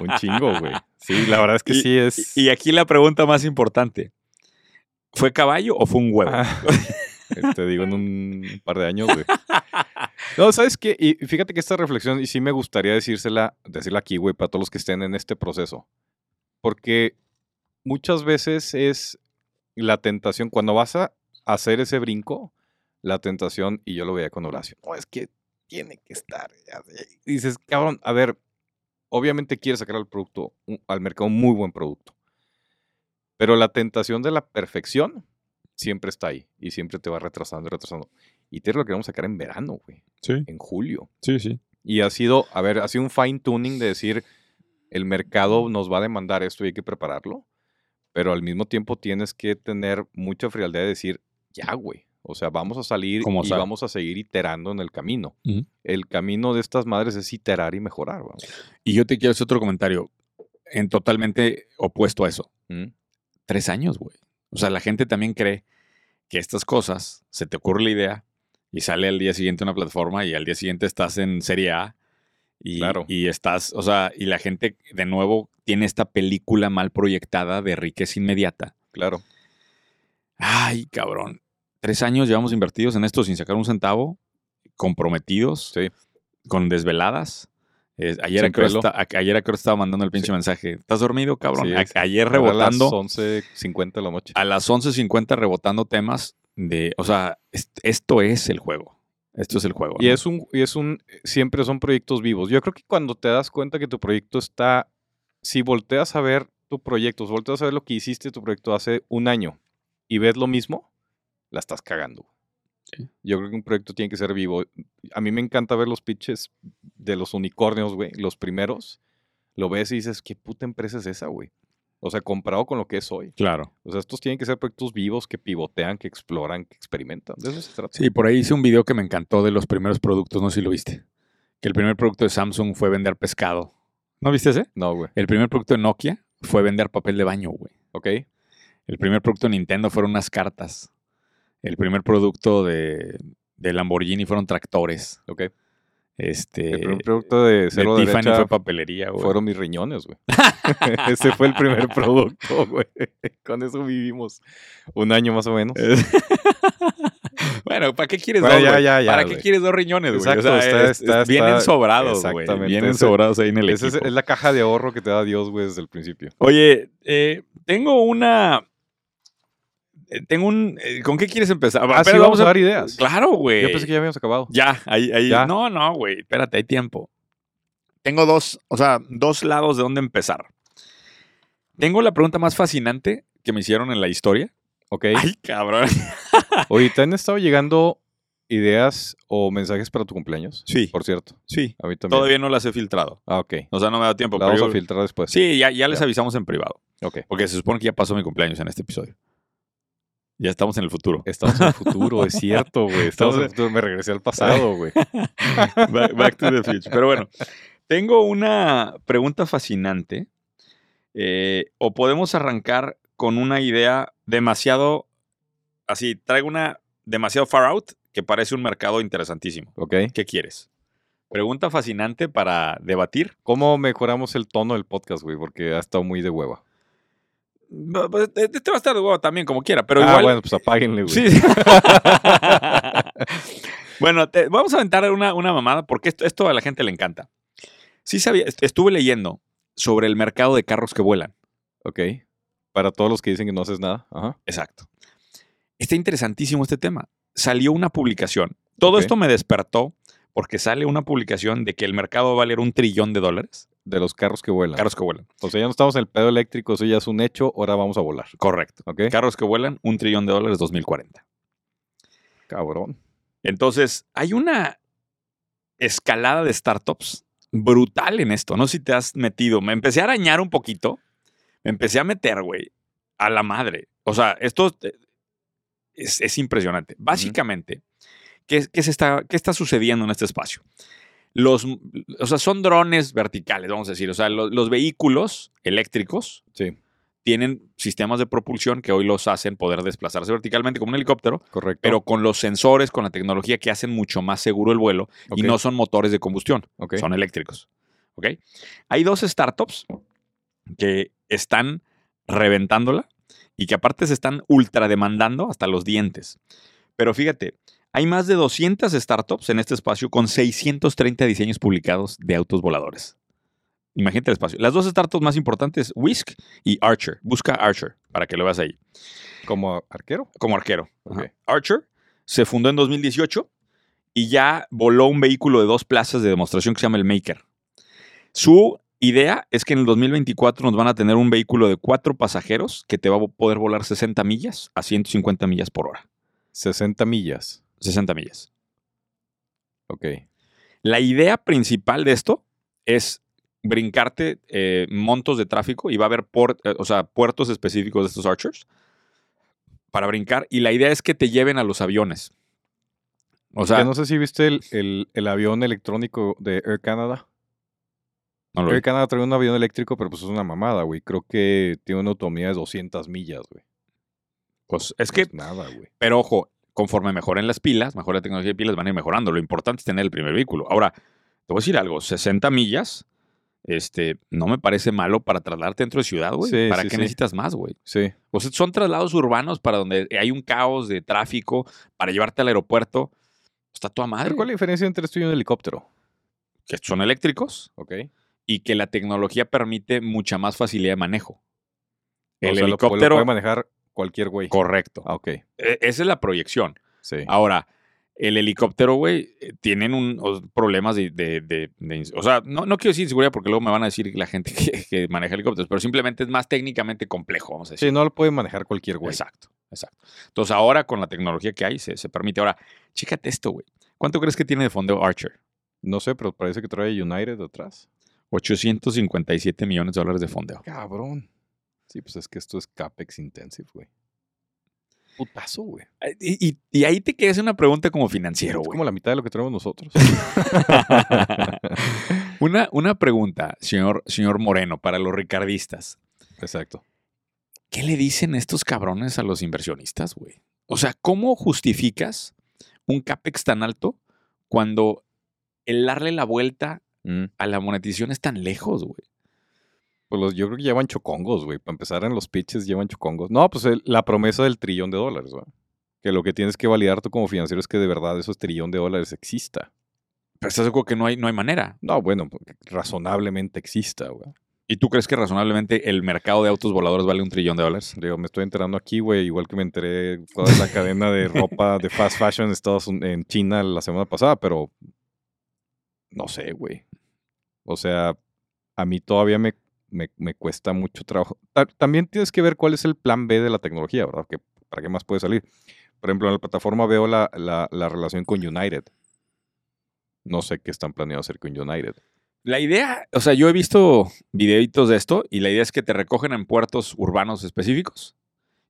Speaker 2: Un chingo, güey. Sí, la verdad es que
Speaker 1: Y-
Speaker 2: sí es.
Speaker 1: Y aquí la pregunta más importante. ¿Fue caballo o fue un huevo?
Speaker 2: Ah, te digo en un par de años, güey. No, ¿sabes qué? Y fíjate que esta reflexión, y sí me gustaría decírsela, decirla aquí, güey, para todos los que estén en este proceso. Porque muchas veces es la tentación, cuando vas a hacer ese brinco, la tentación, y yo lo veía con Horacio, no, es que tiene que estar. ya sé". Y Dices, cabrón, a ver, obviamente quieres sacar al producto, un- al mercado un muy buen producto. Pero la tentación de la perfección siempre está ahí y siempre te va retrasando, retrasando. Y te lo queremos sacar en verano, güey,
Speaker 1: Sí,
Speaker 2: en julio.
Speaker 1: sí, sí.
Speaker 2: Y ha sido, a ver, ha sido un fine tuning de decir, el mercado nos va a demandar esto y hay que prepararlo, pero al mismo tiempo tienes que tener mucha frialdad de decir, ya, güey, o sea, vamos a salir
Speaker 1: Como
Speaker 2: y
Speaker 1: sea.
Speaker 2: vamos a seguir iterando en el camino.
Speaker 1: Ujú.
Speaker 2: El camino de estas madres es iterar y mejorar, vamos.
Speaker 1: Y yo te quiero hacer otro comentario en totalmente opuesto a eso. Tres años, güey. O sea, la gente también cree que estas cosas, se te ocurre la idea y sale al día siguiente una plataforma y al día siguiente estás en Serie A y,
Speaker 2: Claro.
Speaker 1: y estás, o sea, y la gente de nuevo tiene esta película mal proyectada de riqueza inmediata.
Speaker 2: Claro.
Speaker 1: Ay, cabrón. Tres años llevamos invertidos en esto sin sacar un centavo, comprometidos,
Speaker 2: Sí.
Speaker 1: con desveladas. Eh, ayer,
Speaker 2: Sin
Speaker 1: a qué hora
Speaker 2: pelo.
Speaker 1: esta- a- ayer a qué hora estaba mandando el pinche mensaje. ¿Estás dormido, cabrón?
Speaker 2: Sí,
Speaker 1: A-
Speaker 2: sí.
Speaker 1: ayer
Speaker 2: Ahora a las
Speaker 1: rebotando
Speaker 2: 11.50 de la noche.
Speaker 1: a las 11.50 rebotando temas de, o sea, est- esto es el juego. Esto es el juego.
Speaker 2: Y
Speaker 1: ¿no?
Speaker 2: es un, y es un, eh, siempre son proyectos vivos. Yo creo que cuando te das cuenta que tu proyecto está, si volteas a ver tu proyecto, si volteas a ver lo que hiciste tu proyecto hace un año y ves lo mismo, la estás cagando.
Speaker 1: Sí.
Speaker 2: Yo creo que un proyecto tiene que ser vivo. A mí me encanta ver los pitches de los unicornios, güey, los primeros. Lo ves y dices, ¿qué puta empresa es esa, güey? O sea, comparado con lo que es hoy.
Speaker 1: Claro.
Speaker 2: O sea, estos tienen que ser proyectos vivos que pivotean, que exploran, que experimentan. De eso se trata.
Speaker 1: Sí, por ahí hice un video que me encantó de los primeros productos, no sé si lo viste. Que el primer producto de Samsung fue vender pescado. ¿No viste ese?
Speaker 2: No, güey.
Speaker 1: El primer producto de Nokia fue vender papel de baño, güey.
Speaker 2: Ok.
Speaker 1: El primer producto de Nintendo fueron unas cartas. El primer producto de, de Lamborghini fueron tractores.
Speaker 2: Ok.
Speaker 1: Este,
Speaker 2: El primer producto Eh, de
Speaker 1: de
Speaker 2: cero
Speaker 1: Tiffany
Speaker 2: derecha
Speaker 1: fue papelería, güey.
Speaker 2: fueron mis riñones, güey. Ese fue el primer producto, güey. Con eso vivimos un año más o menos.
Speaker 1: bueno, ¿para qué quieres
Speaker 2: Bueno,
Speaker 1: dos?
Speaker 2: Ah, ya,
Speaker 1: güey?
Speaker 2: ya, ya,
Speaker 1: ¿Para qué
Speaker 2: güey.
Speaker 1: quieres dos riñones, güey?
Speaker 2: Exacto, está-
Speaker 1: es- es-
Speaker 2: está-
Speaker 1: vienen
Speaker 2: está-
Speaker 1: sobrados, güey.
Speaker 2: exactamente,
Speaker 1: Vienen
Speaker 2: ese-
Speaker 1: sobrados ahí en el
Speaker 2: Esa es,
Speaker 1: equipo.
Speaker 2: es la caja de ahorro que te da Dios, güey, desde el principio.
Speaker 1: Oye, eh, tengo una. eh, Tengo un. eh, ¿Con qué quieres empezar?
Speaker 2: Ah, sí,
Speaker 1: Pero
Speaker 2: vamos a dar ideas.
Speaker 1: Claro, güey.
Speaker 2: Yo pensé que ya habíamos acabado.
Speaker 1: Ya, ahí, ahí.
Speaker 2: Ya.
Speaker 1: No, no, güey. Espérate, hay tiempo. Tengo dos, o sea, dos lados de dónde empezar. Tengo la pregunta más fascinante que me hicieron en la historia.
Speaker 2: Ok.
Speaker 1: Ay, cabrón.
Speaker 2: Oye, ¿te han estado llegando ideas o mensajes para tu cumpleaños?
Speaker 1: Sí.
Speaker 2: Por cierto,
Speaker 1: Sí.
Speaker 2: a mí también.
Speaker 1: Todavía no las he filtrado.
Speaker 2: Ah, ok.
Speaker 1: O sea, no me da tiempo.
Speaker 2: La
Speaker 1: pero
Speaker 2: vamos a
Speaker 1: yo-
Speaker 2: filtrar después.
Speaker 1: Sí, ya, ya les
Speaker 2: Ya.
Speaker 1: avisamos en privado.
Speaker 2: Ok.
Speaker 1: Porque se supone que ya pasó mi cumpleaños en este episodio. Ya estamos en el futuro.
Speaker 2: Estamos en el futuro, es cierto, güey. Estamos en el
Speaker 1: Entonces-
Speaker 2: futuro. Me regresé al pasado, güey.
Speaker 1: Back, back to the future. Pero bueno, tengo una pregunta fascinante. Eh, o podemos arrancar con una idea demasiado. Así, traigo una demasiado far out que parece un mercado interesantísimo.
Speaker 2: Ok.
Speaker 1: ¿Qué quieres? Pregunta fascinante para debatir.
Speaker 2: ¿Cómo mejoramos el tono del podcast, güey? Porque ha estado muy de hueva.
Speaker 1: No, pues, Este va a estar de huevo también, como quiera, pero
Speaker 2: ah,
Speaker 1: igual.
Speaker 2: bueno, pues apáguenle, güey.
Speaker 1: Sí. sí. bueno, te- vamos a aventar una, una mamada porque esto, esto a la gente le encanta. Sí sabía, est- estuve leyendo sobre el mercado de carros que vuelan.
Speaker 2: Ok. Para todos los que dicen que no haces nada. Ajá.
Speaker 1: Exacto. Está interesantísimo este tema. Salió una publicación. Todo
Speaker 2: Ok.
Speaker 1: esto me despertó porque sale una publicación de que el mercado va a valer un trillón de dólares.
Speaker 2: De los carros que vuelan.
Speaker 1: Carros que vuelan.
Speaker 2: O sea, ya no estamos en el pedo eléctrico, eso ya es un hecho, ahora vamos a volar.
Speaker 1: Correcto.
Speaker 2: ¿Ok?
Speaker 1: Carros que vuelan, un trillón de dólares 2040.
Speaker 2: Cabrón.
Speaker 1: Entonces, hay una escalada de startups brutal en esto. No sé si te has metido. Me empecé a arañar un poquito. Me empecé a meter, güey, a la madre. O sea, esto eh, es, es impresionante. Básicamente, ¿qué, qué se está, ¿qué está sucediendo en este espacio? Los, o sea, son drones verticales, vamos a decir. O sea, lo- los vehículos eléctricos
Speaker 2: Sí,
Speaker 1: tienen sistemas de propulsión que hoy los hacen poder desplazarse verticalmente como un helicóptero
Speaker 2: correcto.
Speaker 1: pero con los sensores, con la tecnología que hacen mucho más seguro el vuelo
Speaker 2: Ok,
Speaker 1: y no son motores de combustión,
Speaker 2: ok.
Speaker 1: son eléctricos. ¿ok? Hay dos startups que están reventándola y que aparte se están ultra demandando hasta los dientes. Pero fíjate, hay más de 200 startups en este espacio con 630 diseños publicados de autos voladores. Imagínate el espacio. Las dos startups más importantes, Whisk y Archer. Busca Archer para que lo veas ahí
Speaker 2: ¿Como arquero?
Speaker 1: como arquero.
Speaker 2: Ok.
Speaker 1: Ajá. Archer se fundó en 2018 y ya voló un vehículo de dos plazas de demostración que se llama el Maker. Su idea es que en el 2024 nos van a tener un vehículo de cuatro pasajeros que te va a poder volar 60 millas a 150 millas por hora.
Speaker 2: 60 millas.
Speaker 1: 60 millas.
Speaker 2: Ok.
Speaker 1: La idea principal de esto es brincarte eh, montos de tráfico y va a haber por- eh, o sea, puertos específicos de estos Archers para brincar y la idea es que te lleven a los aviones. O sea,
Speaker 2: que no sé si viste el, el- el avión electrónico de Air Canada.
Speaker 1: no lo vi.
Speaker 2: Air Canada trae un avión eléctrico, pero pues es una mamada, güey. Creo que tiene una autonomía de 200 millas, güey.
Speaker 1: Pues es que,
Speaker 2: Pues nada, güey.
Speaker 1: pero ojo, conforme mejoren las pilas, mejor la tecnología de pilas, van a ir mejorando. Lo importante es tener el primer vehículo. Ahora, te voy a decir algo, 60 millas, este, no me parece malo para trasladarte dentro de ciudad, güey.
Speaker 2: Sí,
Speaker 1: ¿Para
Speaker 2: sí,
Speaker 1: qué
Speaker 2: sí.
Speaker 1: necesitas más, güey?
Speaker 2: Sí,
Speaker 1: O sea, son traslados urbanos para donde hay un caos de tráfico, para llevarte al aeropuerto. Está toda madre.
Speaker 2: Pero ¿cuál es la diferencia entre esto y un helicóptero?
Speaker 1: Que son eléctricos
Speaker 2: ¿Ok?
Speaker 1: y que la tecnología permite mucha más facilidad de manejo. El
Speaker 2: O sea, lo- lo
Speaker 1: helicóptero,
Speaker 2: puede manejar cualquier güey.
Speaker 1: correcto.
Speaker 2: Ah, ok.
Speaker 1: E- Esa es la proyección.
Speaker 2: Sí.
Speaker 1: Ahora, el helicóptero, güey, eh, tienen un, o- problemas de, de- de- de ins- O sea, no, no quiero decir inseguridad porque luego me van a decir la gente que, que maneja helicópteros, pero simplemente es más técnicamente complejo, vamos a decir.
Speaker 2: sí, no lo puede manejar cualquier güey.
Speaker 1: Exacto, exacto. Entonces, ahora con la tecnología que hay, se, se permite. Ahora, chécate esto, güey. ¿Cuánto crees que tiene de fondo Archer?
Speaker 2: No sé, pero parece que trae United atrás.
Speaker 1: 857 millones de dólares de fondeo.
Speaker 2: Cabrón. Sí, pues es que esto es CapEx Intensive, güey. Putazo, güey.
Speaker 1: Eh, Y, y- y ahí te queda hacer una pregunta como financiero,
Speaker 2: es
Speaker 1: güey.
Speaker 2: como la mitad de lo que tenemos nosotros.
Speaker 1: una, una pregunta, señor, señor Moreno, para los ricardistas.
Speaker 2: Exacto.
Speaker 1: ¿qué le dicen estos cabrones a los inversionistas, güey? O sea, ¿cómo justificas un CAPEX tan alto cuando el darle la vuelta
Speaker 2: Mm.
Speaker 1: a la monetización es tan lejos, güey?
Speaker 2: Pues los, yo creo que llevan chocongos, güey. Para empezar en los pitches llevan chocongos. No, pues el- la promesa del trillón de dólares, güey. Que lo que tienes que validar tú como financiero es que de verdad esos trillón de dólares exista.
Speaker 1: Pero estás de acuerdo que no hay, no hay manera.
Speaker 2: No, bueno, porque razonablemente exista, güey.
Speaker 1: ¿Y tú crees que razonablemente el mercado de autos voladores vale un trillón de dólares?
Speaker 2: Digo, me estoy enterando aquí, güey, igual que me enteré toda la cadena de ropa de fast fashion en, Estados Un- en China la semana pasada, pero no sé, güey. O sea, a mí todavía me, me, me cuesta mucho trabajo. Ta- también tienes que ver cuál es el plan B de la tecnología, ¿verdad? Que, ¿Para qué más puede salir? Por ejemplo, en la plataforma veo la, la- la relación con United. No sé qué están planeando hacer con United.
Speaker 1: La idea, o sea, yo he visto videitos de esto y la idea es que te recogen en puertos urbanos específicos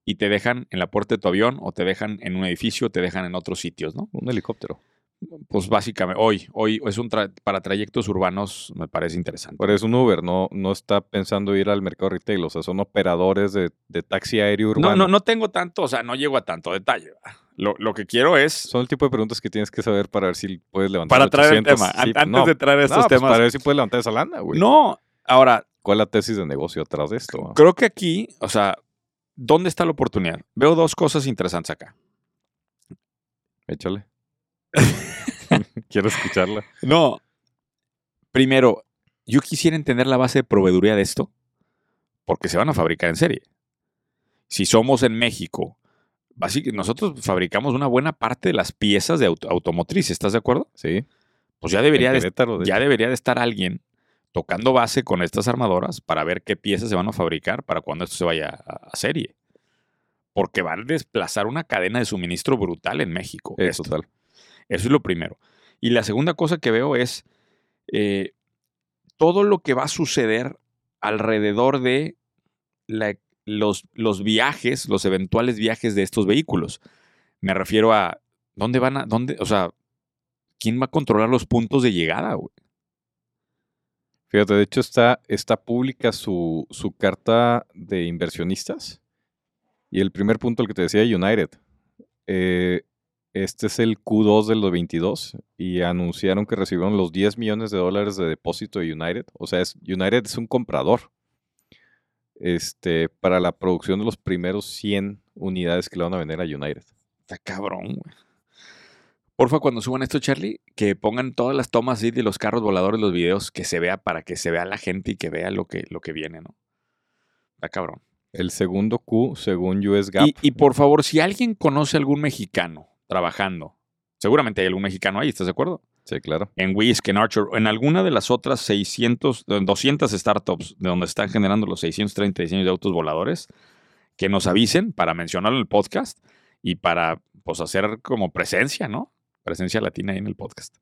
Speaker 1: y te dejan en la puerta de tu avión o te dejan en un edificio, te dejan en otros sitios, ¿no?
Speaker 2: Un helicóptero.
Speaker 1: Pues básicamente, hoy, hoy es un tra- para trayectos urbanos, me parece interesante.
Speaker 2: Pero es un Uber, no, no está pensando ir al mercado retail. O sea, son operadores de, de taxi aéreo urbano.
Speaker 1: No, no, no tengo tanto, o sea, no llego a tanto detalle. ¿verdad? Lo, lo que quiero es,
Speaker 2: Son el tipo de preguntas que tienes que saber para ver si puedes levantar
Speaker 1: para traer el
Speaker 2: 800.
Speaker 1: tema,
Speaker 2: Sí,
Speaker 1: an- antes
Speaker 2: no,
Speaker 1: de traer estos
Speaker 2: no, pues
Speaker 1: temas.
Speaker 2: Para ver si puedes levantar esa lana, güey.
Speaker 1: no, ahora,
Speaker 2: ¿Cuál es la tesis de negocio atrás de esto? ah? va?
Speaker 1: creo que aquí, o sea, ¿dónde está la oportunidad? Veo dos cosas interesantes acá.
Speaker 2: Échale. Quiero escucharla.
Speaker 1: No, primero, yo quisiera entender la base de proveeduría de esto, porque se van a fabricar en serie. Si somos en México, básicamente nosotros fabricamos una buena parte de las piezas de auto- automotriz, ¿estás de acuerdo?
Speaker 2: Sí.
Speaker 1: Pues ya debería,
Speaker 2: en
Speaker 1: de,
Speaker 2: Querétaro, de
Speaker 1: ya
Speaker 2: hecho.
Speaker 1: debería de estar alguien tocando base con estas armadoras para ver qué piezas se van a fabricar para cuando esto se vaya a, a serie. Porque van a desplazar una cadena de suministro brutal en México.
Speaker 2: Eh,
Speaker 1: esto.
Speaker 2: total.
Speaker 1: Eso es lo primero. Y la segunda cosa que veo es eh, todo lo que va a suceder alrededor de la- los, los viajes, los eventuales viajes de estos vehículos. Me refiero a dónde van a, dónde, o sea, quién va a controlar los puntos de llegada, güey?
Speaker 2: Fíjate, de hecho está, está pública su, su carta de inversionistas. Y el primer punto, el que te decía de United. eh, este es el Q2 de los 22 y anunciaron que recibieron los 10 millones de dólares de depósito de United. O sea, es, United es un comprador este, para la producción de los primeros 100 unidades que le van a vender a United.
Speaker 1: Está cabrón, güey. Porfa, cuando suban esto, Charlie, que pongan todas las tomas así de los carros voladores, los videos, que se vea para que se vea la gente y que vea lo que, lo que viene, ¿no? Está cabrón.
Speaker 2: El segundo Q, según US Gap,
Speaker 1: Y, y por favor, si alguien conoce a algún mexicano trabajando, seguramente hay algún mexicano ahí, ¿estás de acuerdo?
Speaker 2: sí, claro,
Speaker 1: En Whisk, en Archer, o en alguna de las otras 600, eh, 200 startups de donde están generando los 630 diseños de autos voladores, que nos avisen para mencionarlo en el podcast y para pues, hacer como presencia, ¿no? Presencia latina ahí en el podcast.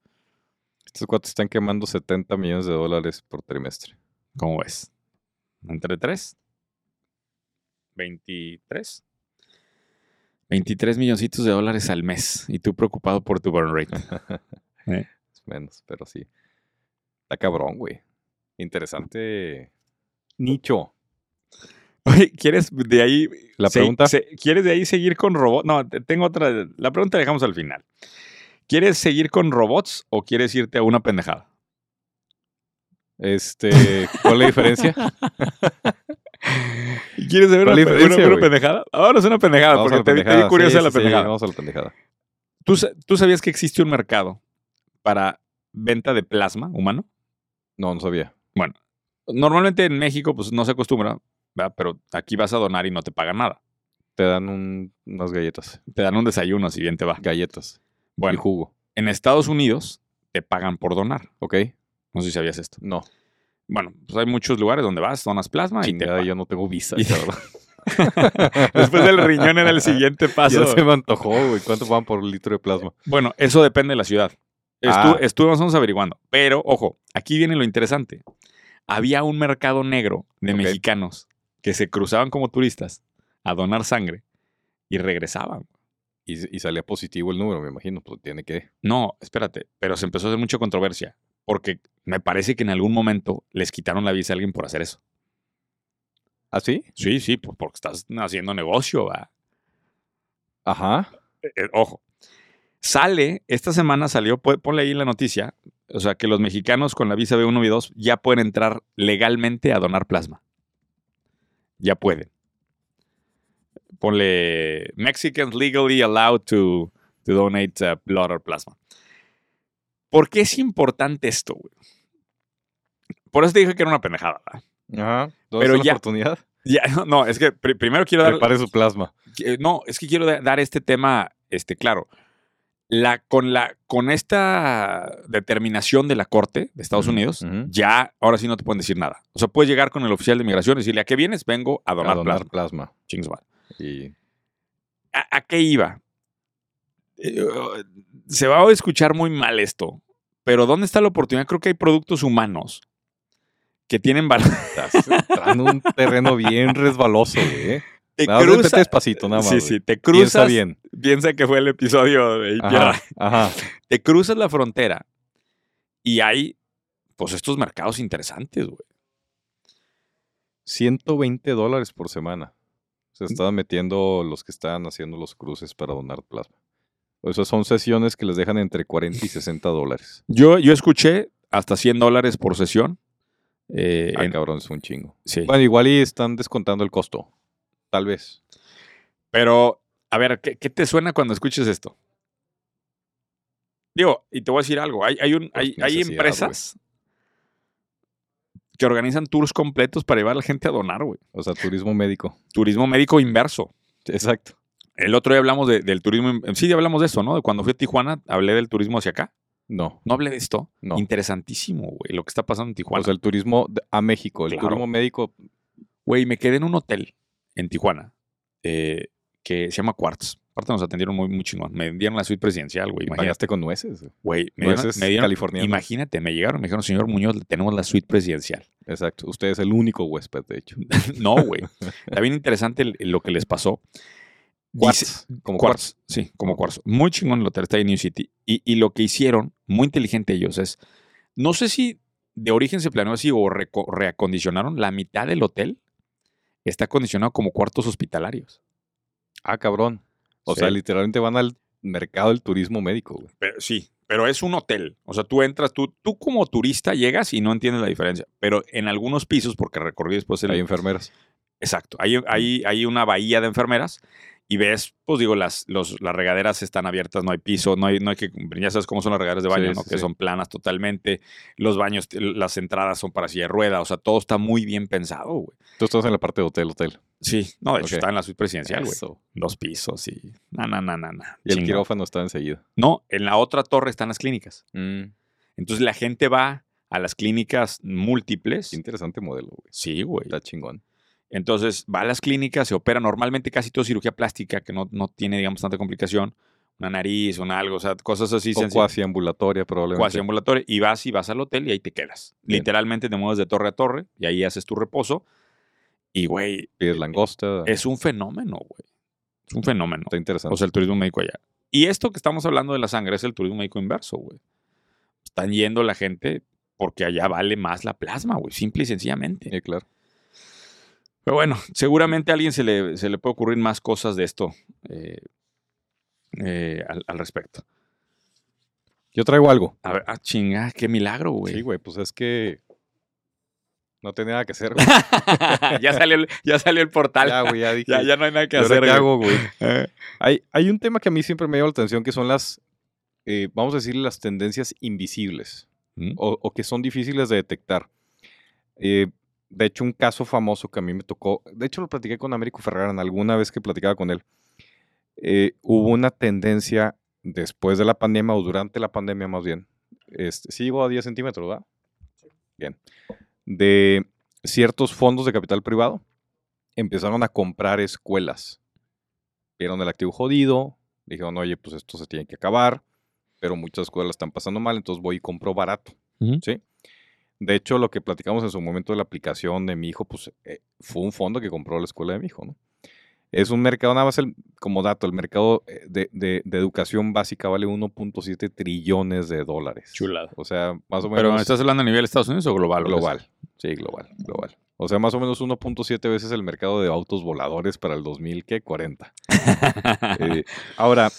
Speaker 2: estos cuates están quemando 70 millones de dólares por trimestre.
Speaker 1: ¿Cómo ves? Entre 3. 23. 23 milloncitos de dólares al mes. Y tú preocupado por tu burn rate.
Speaker 2: Es menos, pero sí. Está cabrón, güey. Interesante nicho.
Speaker 1: Oye, ¿quieres de ahí
Speaker 2: La
Speaker 1: se-
Speaker 2: pregunta.
Speaker 1: se- ¿Quieres de ahí seguir con robots? No, te- tengo otra. La pregunta la dejamos al final. ¿Quieres seguir con robots o quieres irte a una pendejada?
Speaker 2: Este, ¿cuál es la diferencia?
Speaker 1: Ah, ¿Quieres saber una,
Speaker 2: ¿Cuál
Speaker 1: pe-
Speaker 2: es
Speaker 1: una-
Speaker 2: la diferencia,
Speaker 1: una
Speaker 2: güey?
Speaker 1: pendejada? Ahora es una pendejada,
Speaker 2: Vamos a
Speaker 1: porque
Speaker 2: la
Speaker 1: te, te
Speaker 2: pendejada,
Speaker 1: di curiosa
Speaker 2: sí,
Speaker 1: la
Speaker 2: sí, sí,
Speaker 1: pendejada.
Speaker 2: vamos a la pendejada.
Speaker 1: ¿Tú, sa- tú sabías que existe un mercado para venta de plasma humano?
Speaker 2: No, no sabía.
Speaker 1: Normalmente en México, pues no se acostumbra, ¿verdad? pero aquí vas a donar y no te pagan nada.
Speaker 2: Te dan un- unas galletas.
Speaker 1: Te dan un desayuno, si bien te va.
Speaker 2: Galletas. Y
Speaker 1: Bueno,
Speaker 2: jugo.
Speaker 1: en Estados Unidos te pagan por donar.
Speaker 2: ¿Ok?
Speaker 1: No sé si sabías esto.
Speaker 2: No.
Speaker 1: Bueno, pues hay muchos lugares donde vas, donas plasma y te
Speaker 2: Chingada,
Speaker 1: pagan.
Speaker 2: yo no tengo visa.
Speaker 1: Y-
Speaker 2: cabrón.
Speaker 1: Después del riñón era el siguiente paso.
Speaker 2: Ya se me antojó, güey. ¿Cuánto pagan por litro de plasma?
Speaker 1: Bueno, eso depende de la ciudad.
Speaker 2: Ah.
Speaker 1: Estu- Estuvimos vamos averiguando. Pero, ojo, aquí viene lo interesante. Había un mercado negro de
Speaker 2: Ok.
Speaker 1: mexicanos que se cruzaban como turistas a donar sangre y regresaban.
Speaker 2: Y, y salía positivo el número, me imagino. Pues tiene que.
Speaker 1: No, espérate, pero se empezó a hacer mucha controversia porque me parece que en algún momento les quitaron la visa a alguien por hacer eso.
Speaker 2: ¿Ah, sí?
Speaker 1: Sí, sí, pues porque estás haciendo negocio. ¿va?
Speaker 2: Ajá.
Speaker 1: eh, ojo, sale, esta semana salió, pon- ponle ahí la noticia, o sea, que los mexicanos con la visa B1 y 2 ya pueden entrar legalmente a donar plasma. Ya pueden. Ponle Mexicans legally allowed to, to donate uh, blood or plasma. ¿Por qué es importante esto, güey? Por eso te dije que era una pendejada. ¿verdad?
Speaker 2: Ajá.
Speaker 1: Pero
Speaker 2: Pero la
Speaker 1: ya-
Speaker 2: oportunidad?
Speaker 1: Ya, no, es que pri- primero quiero dar,
Speaker 2: Prepare su plasma.
Speaker 1: que- eh, No, es que quiero da- dar este tema, este, claro. La, con, la, con esta determinación de la Corte de Estados
Speaker 2: Ujú,
Speaker 1: Unidos,
Speaker 2: ujú.
Speaker 1: ya ahora sí no te pueden decir nada. O sea, puedes llegar con el oficial de inmigración y decirle, ¿a qué vienes? Vengo a donar,
Speaker 2: a donar
Speaker 1: plasma.
Speaker 2: plasma.
Speaker 1: Chingue su madre.
Speaker 2: Y
Speaker 1: ¿A, a qué iba? Eh, Se va a escuchar muy mal esto, pero ¿dónde está la oportunidad? Creo que hay productos humanos que tienen valor.
Speaker 2: estás entrando en un terreno bien resbaloso, güey. ¿eh?
Speaker 1: Te
Speaker 2: Nada más vete
Speaker 1: cruzas.
Speaker 2: despacito, nada más.
Speaker 1: Sí,
Speaker 2: güey.
Speaker 1: sí, te
Speaker 2: Piensa
Speaker 1: cruzas.
Speaker 2: bien.
Speaker 1: Piensa que fue el episodio de Piedra.
Speaker 2: Ajá, ajá.
Speaker 1: te cruzas la frontera y hay, pues, estos mercados interesantes, güey.
Speaker 2: 120 dólares por semana. Se
Speaker 1: Mm.
Speaker 2: estaban metiendo los que estaban haciendo los cruces para donar plasma. O sea, son sesiones que les dejan entre 40 y 60 dólares.
Speaker 1: Yo, yo escuché hasta 100 dólares por sesión. eh,
Speaker 2: Ah,
Speaker 1: en-
Speaker 2: cabrón, es un chingo.
Speaker 1: sí.
Speaker 2: Bueno, igual y están descontando el costo. Tal vez.
Speaker 1: Pero, a ver, ¿qué, qué te suena cuando escuches esto? Digo, y te voy a decir algo. Hay, hay, un,
Speaker 2: Pues,
Speaker 1: hay, hay
Speaker 2: necesidad, güey.
Speaker 1: empresas que organizan tours completos para llevar a la gente a donar, güey.
Speaker 2: O sea, turismo médico.
Speaker 1: Turismo médico inverso.
Speaker 2: Exacto.
Speaker 1: El otro día hablamos de- del turismo. in- Sí, ya hablamos de eso, ¿no? De cuando fui a Tijuana, hablé del turismo hacia acá.
Speaker 2: No,
Speaker 1: No hablé de esto.
Speaker 2: no.
Speaker 1: Interesantísimo, güey, lo que está pasando en
Speaker 2: O
Speaker 1: Tijuana.
Speaker 2: sea, el turismo de- a México, el
Speaker 1: Claro.
Speaker 2: turismo médico.
Speaker 1: Güey, me quedé en un hotel en Tijuana eh, que se llama Quartz. Aparte nos atendieron muy, muy chingón. Me dieron la suite presidencial, güey.
Speaker 2: Y
Speaker 1: Imagínate,
Speaker 2: pagaste con nueces. eh. güey.
Speaker 1: güey. Me dieron,
Speaker 2: Nueces
Speaker 1: me dieron-
Speaker 2: californianas.
Speaker 1: imagínate, me llegaron, me dijeron, señor Muñoz, le tenemos la suite presidencial.
Speaker 2: Exacto. Usted es el único huésped, de hecho.
Speaker 1: no, güey. Está bien interesante el- lo que les pasó. Dice-
Speaker 2: Cuartz, como cuartz.
Speaker 1: Quartz, sí, como Quartz. Muy chingón el hotel, está ahí en New City. Y, y lo que hicieron, muy inteligente ellos, es, no sé si de origen se planeó así o reco- reacondicionaron, la mitad del hotel está acondicionado como cuartos hospitalarios.
Speaker 2: Ah, cabrón. O
Speaker 1: Sí.
Speaker 2: sea, literalmente van al mercado del turismo médico, güey.
Speaker 1: Pero, sí, pero es un hotel. O sea, tú entras, tú, tú como turista llegas y no entiendes la diferencia. Pero en algunos pisos, porque recorrí después el...
Speaker 2: Hay enfermeras.
Speaker 1: Exacto. Hay,
Speaker 2: Mm.
Speaker 1: hay, hay una bahía de enfermeras y ves, pues digo, las, los, las regaderas están abiertas, no hay piso, no hay, no hay que. Ya sabes cómo son las regaderas de baño,
Speaker 2: Sí,
Speaker 1: ¿no?
Speaker 2: sí,
Speaker 1: que
Speaker 2: sí.
Speaker 1: son planas totalmente. Los baños, las entradas son para silla de rueda, o sea, todo está muy bien pensado, güey.
Speaker 2: Tú estás en la parte de hotel, hotel.
Speaker 1: Sí, no, de hecho
Speaker 2: Ok.
Speaker 1: está en la suite presidencial, güey.
Speaker 2: Eso.
Speaker 1: Dos pisos y. Na, na, na, na, na.
Speaker 2: Y el
Speaker 1: Chingón.
Speaker 2: quirófano está enseguida.
Speaker 1: No, en la otra torre están las clínicas. Entonces la gente va a las clínicas múltiples.
Speaker 2: Qué interesante modelo, güey.
Speaker 1: Sí, güey.
Speaker 2: Está chingón.
Speaker 1: Entonces va a las clínicas, se opera normalmente casi todo cirugía plástica que no, no tiene, digamos, tanta complicación. Una nariz, un algo, o sea, cosas así
Speaker 2: O
Speaker 1: sencillas.
Speaker 2: cuasi ambulatoria, probablemente.
Speaker 1: Cuasi ambulatorio. Y vas y vas al hotel y ahí te quedas.
Speaker 2: Bien.
Speaker 1: Literalmente te mueves de torre a torre y ahí haces tu reposo. Y, güey,
Speaker 2: Pides langosta.
Speaker 1: es un fenómeno, güey. Es un fenómeno.
Speaker 2: Está interesante.
Speaker 1: O sea, el turismo médico allá. Y esto que estamos hablando de la sangre es el turismo médico inverso, güey. Están yendo la gente porque allá vale más la plasma, güey. Simple y sencillamente.
Speaker 2: Sí, claro.
Speaker 1: Pero bueno, seguramente a alguien se le, se le puede ocurrir más cosas de esto eh, eh, al, al respecto.
Speaker 2: Yo traigo algo.
Speaker 1: A ver, ah, chinga, qué milagro, güey.
Speaker 2: Sí, güey, pues es que no tenía nada que hacer. güey.
Speaker 1: ya, salió, el- ya salió el portal.
Speaker 2: ya,
Speaker 1: Ya,
Speaker 2: güey, ya dije.
Speaker 1: ya, no hay nada que
Speaker 2: ¿y ahora
Speaker 1: hacer.
Speaker 2: qué
Speaker 1: güey.
Speaker 2: hago, güey?
Speaker 1: Eh,
Speaker 2: Hay, hay un tema que a mí siempre me llama la atención que son las, eh, vamos a decir, las tendencias invisibles
Speaker 1: ¿Mm?
Speaker 2: o, o que son difíciles de detectar. Eh, de hecho, un caso famoso que a mí me tocó, de hecho lo platiqué con Américo Ferrarán alguna vez que platicaba con él, eh, hubo una tendencia después de la pandemia o durante la pandemia más bien, este, sí llegó a 10 centímetros, ¿verdad? Bien, de ciertos fondos de capital privado empezaron a comprar escuelas. Vieron el activo jodido, dijeron, oye, pues esto se tiene que acabar, pero muchas escuelas están pasando mal, entonces voy y compro barato.
Speaker 1: Ujú.
Speaker 2: ¿sí? De hecho, lo que platicamos en su momento de la aplicación de mi hijo, pues eh, fue un fondo que compró la escuela de mi hijo, ¿no? Es un mercado, nada más el- como dato, el mercado eh, de, de- de educación básica vale 1.7 trillones de dólares.
Speaker 1: Chulada.
Speaker 2: O sea, más o menos
Speaker 1: Pero ¿estás hablando a nivel de Estados Unidos o global? güey?
Speaker 2: global. Sí, global, global. O sea, más o menos 1.7 veces el mercado de autos voladores para el 2040. Eh, ahora,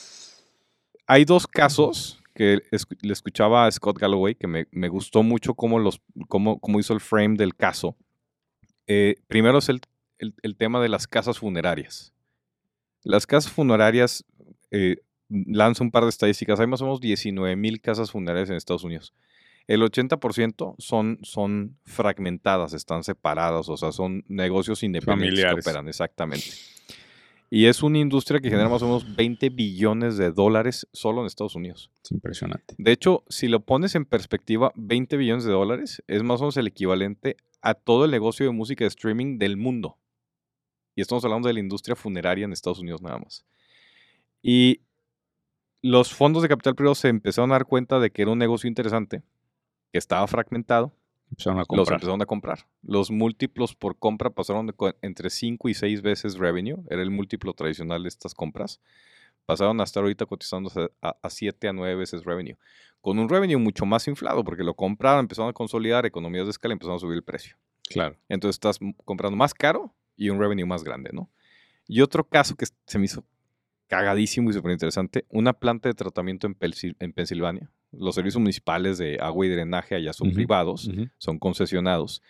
Speaker 2: hay dos casos que escu- le escuchaba a Scott Galloway que me, me gustó mucho cómo, los, cómo, cómo hizo el frame del caso. Eh, primero es el, el- el tema de las casas funerarias. Las casas funerarias, eh, lanzo un par de estadísticas, hay más o menos 19 mil casas funerarias en Estados Unidos. El 80% son, son fragmentadas, están separadas, o sea, son negocios independientes
Speaker 1: Familiares.
Speaker 2: que operan, exactamente. Y es una industria que genera más o menos 20 billones de dólares solo en Estados Unidos.
Speaker 1: Es impresionante.
Speaker 2: De hecho, si lo pones en perspectiva, 20 billones de dólares es más o menos el equivalente a todo el negocio de música de streaming del mundo. Y estamos hablando de la industria funeraria en Estados Unidos nada más. Y los fondos de capital privado se empezaron a dar cuenta de que era un negocio interesante, que estaba fragmentado,
Speaker 1: Empezaron a
Speaker 2: los
Speaker 1: comprar.
Speaker 2: empezaron a comprar. Los múltiplos por compra pasaron de co- entre 5 y 6 veces revenue, era el múltiplo tradicional de estas compras. Pasaron a estar ahorita cotizándose a 7 a 9 veces revenue. Con un revenue mucho más inflado, porque lo compraron, empezaron a consolidar, economías de escala, empezaron a subir el precio.
Speaker 1: Claro.
Speaker 2: Entonces estás m- comprando más caro y un revenue más grande, ¿no? Y otro caso que s- se me hizo cagadísimo y súper interesante, una planta de tratamiento en, Pensil- en Pensilvania. Los servicios municipales de agua y drenaje allá son
Speaker 1: Ujú,
Speaker 2: privados
Speaker 1: Ujú.
Speaker 2: son concesionados.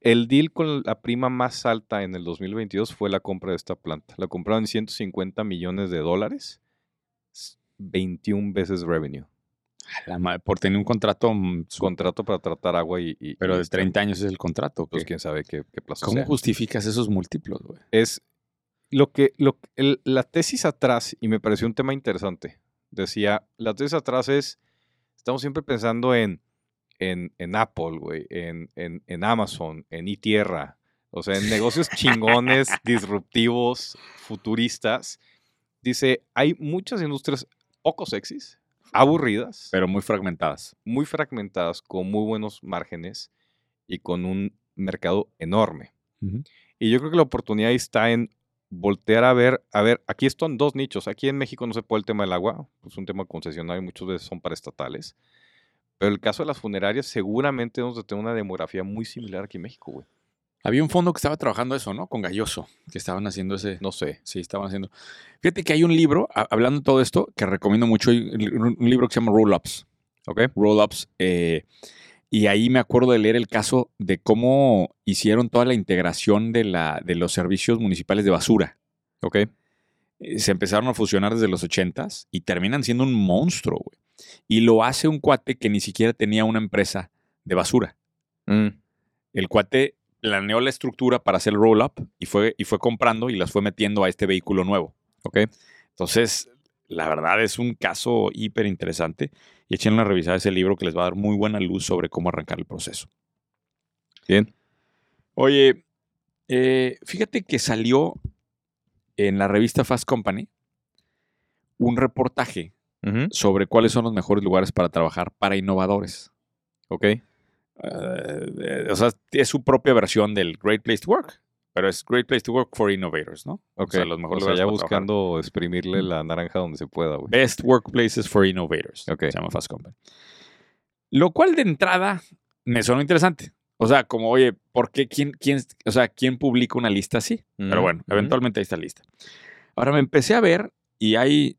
Speaker 2: El deal con la prima más alta en el 2022 fue la compra de esta planta. La compraron en 150 millones de dólares, s- 21 veces revenue.
Speaker 1: A la madre, por tener un contrato, mm, su-
Speaker 2: Contrato para tratar agua y... y-
Speaker 1: pero
Speaker 2: y
Speaker 1: de
Speaker 2: esta-
Speaker 1: 30 años es el contrato. ¿o
Speaker 2: Pues
Speaker 1: qué?
Speaker 2: quién sabe qué, qué plazo
Speaker 1: ¿Cómo
Speaker 2: sea.
Speaker 1: justificas esos múltiplos, güey?
Speaker 2: es lo que lo, que- el- la tesis atrás y me pareció un tema interesante. Decía, la tesis atrás es estamos siempre pensando en en, en Apple, güey, en, en, en Amazon, en iTierra, o sea, en negocios chingones, disruptivos, futuristas. Dice, hay muchas industrias poco sexys, aburridas,
Speaker 1: Pero muy fragmentadas.
Speaker 2: muy fragmentadas, con muy buenos márgenes y con un mercado enorme. Y yo creo que la oportunidad ahí está en voltear a ver, a ver, aquí están dos nichos. Aquí en México no se puede el tema del agua, pues, es un tema concesionario y muchas veces son para estatales. Pero el caso de las funerarias seguramente vamos a tener una demografía muy similar aquí en México, güey.
Speaker 1: Había un fondo que estaba trabajando eso, ¿no? Con Galloso, que estaban haciendo ese...
Speaker 2: No sé.
Speaker 1: Sí, estaban haciendo. Fíjate que hay un libro, a- hablando de todo esto, que recomiendo mucho, hay un un libro que se llama Roll Ups.
Speaker 2: ¿Ok?
Speaker 1: roll-ups. eh, y ahí me acuerdo de leer el caso de cómo hicieron toda la integración de, la, de los servicios municipales de basura.
Speaker 2: ¿Ok?
Speaker 1: Eh, Se empezaron a fusionar desde los 80s y terminan siendo un monstruo, güey. Y lo hace un cuate que ni siquiera tenía una empresa de basura.
Speaker 2: Mm,
Speaker 1: El cuate planeó la estructura para hacer el roll-up y fue, y fue comprando y las fue metiendo a este vehículo nuevo.
Speaker 2: ¿Ok?
Speaker 1: Entonces, la verdad es un caso hiper interesante. Y echen una revisada a ese libro que les va a dar muy buena luz sobre cómo arrancar el proceso.
Speaker 2: Bien.
Speaker 1: Oye, eh, fíjate que salió en la revista Fast Company un reportaje
Speaker 2: Ujú,
Speaker 1: sobre cuáles son los mejores lugares para trabajar para innovadores.
Speaker 2: ¿Ok?
Speaker 1: Eh, o sea, es su propia versión del Great Place to Work, pero es Great Place to Work for Innovators, ¿no?
Speaker 2: Ok.
Speaker 1: sea, los mejores
Speaker 2: o sea,
Speaker 1: lugares
Speaker 2: ya
Speaker 1: para trabajar.
Speaker 2: buscando exprimirle la naranja donde se pueda, güey.
Speaker 1: Best Workplaces for Innovators.
Speaker 2: Ok.
Speaker 1: Se llama Fast Company. Lo cual de entrada me sonó interesante. O sea, como, oye, ¿por qué quién, quién, o sea, quién publica una lista así? Pero
Speaker 2: Ujú,
Speaker 1: bueno,
Speaker 2: Mm, ujú.
Speaker 1: eventualmente ahí está lista. Ahora me empecé a ver y hay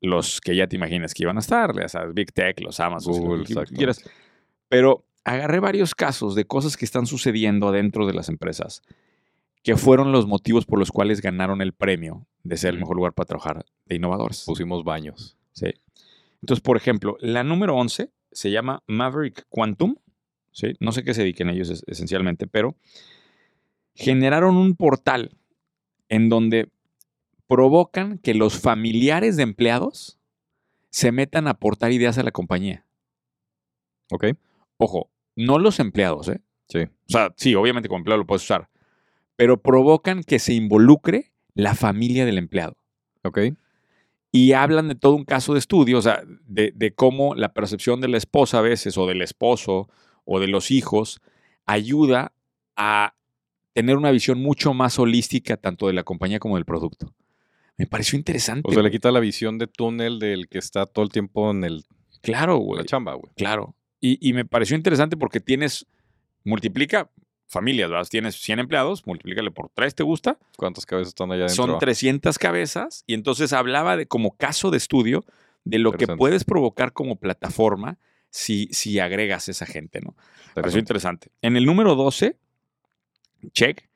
Speaker 1: los que ya te imaginas que iban a estar, ya sabes, Big Tech, los Amazon,
Speaker 2: Google,
Speaker 1: lo que
Speaker 2: exacto.
Speaker 1: quieras. Pero agarré varios casos de cosas que están sucediendo adentro de las empresas que fueron los motivos por los cuales ganaron el premio de ser el
Speaker 2: Ujú.
Speaker 1: mejor lugar para trabajar de innovadores.
Speaker 2: Pusimos baños.
Speaker 1: Sí. Entonces, por ejemplo, la número 11 se llama Maverick Quantum. ¿sí? No sé qué se dediquen ellos es- esencialmente, pero generaron un portal en donde provocan que los familiares de empleados se metan a aportar ideas a la compañía.
Speaker 2: ¿Ok?
Speaker 1: Ojo, no los empleados, ¿eh?
Speaker 2: Sí.
Speaker 1: O sea, sí, obviamente como empleado lo puedes usar, pero provocan que se involucre la familia del empleado.
Speaker 2: ¿Ok?
Speaker 1: y hablan de todo un caso de estudio, o sea, de, de cómo la percepción de la esposa a veces, o del esposo, o de los hijos, ayuda a tener una visión mucho más holística tanto de la compañía como del producto. Me pareció interesante.
Speaker 2: O sea, le
Speaker 1: güey.
Speaker 2: quita la visión de túnel del que está todo el tiempo en el,
Speaker 1: Claro,
Speaker 2: la
Speaker 1: güey.
Speaker 2: chamba, güey.
Speaker 1: Claro. Y, y me pareció interesante porque tienes, multiplica familias, ¿verdad? Tienes 100 empleados, multiplícale por 3, ¿te gusta?
Speaker 2: ¿Cuántas cabezas están allá adentro?
Speaker 1: Son
Speaker 2: ah?
Speaker 1: 300 cabezas y entonces hablaba de como caso de estudio de lo que
Speaker 2: Interesante.
Speaker 1: puedes provocar como plataforma si, si agregas esa gente, ¿no?
Speaker 2: ah,
Speaker 1: Pareció
Speaker 2: Interesante.
Speaker 1: interesante. En el número 12, Check,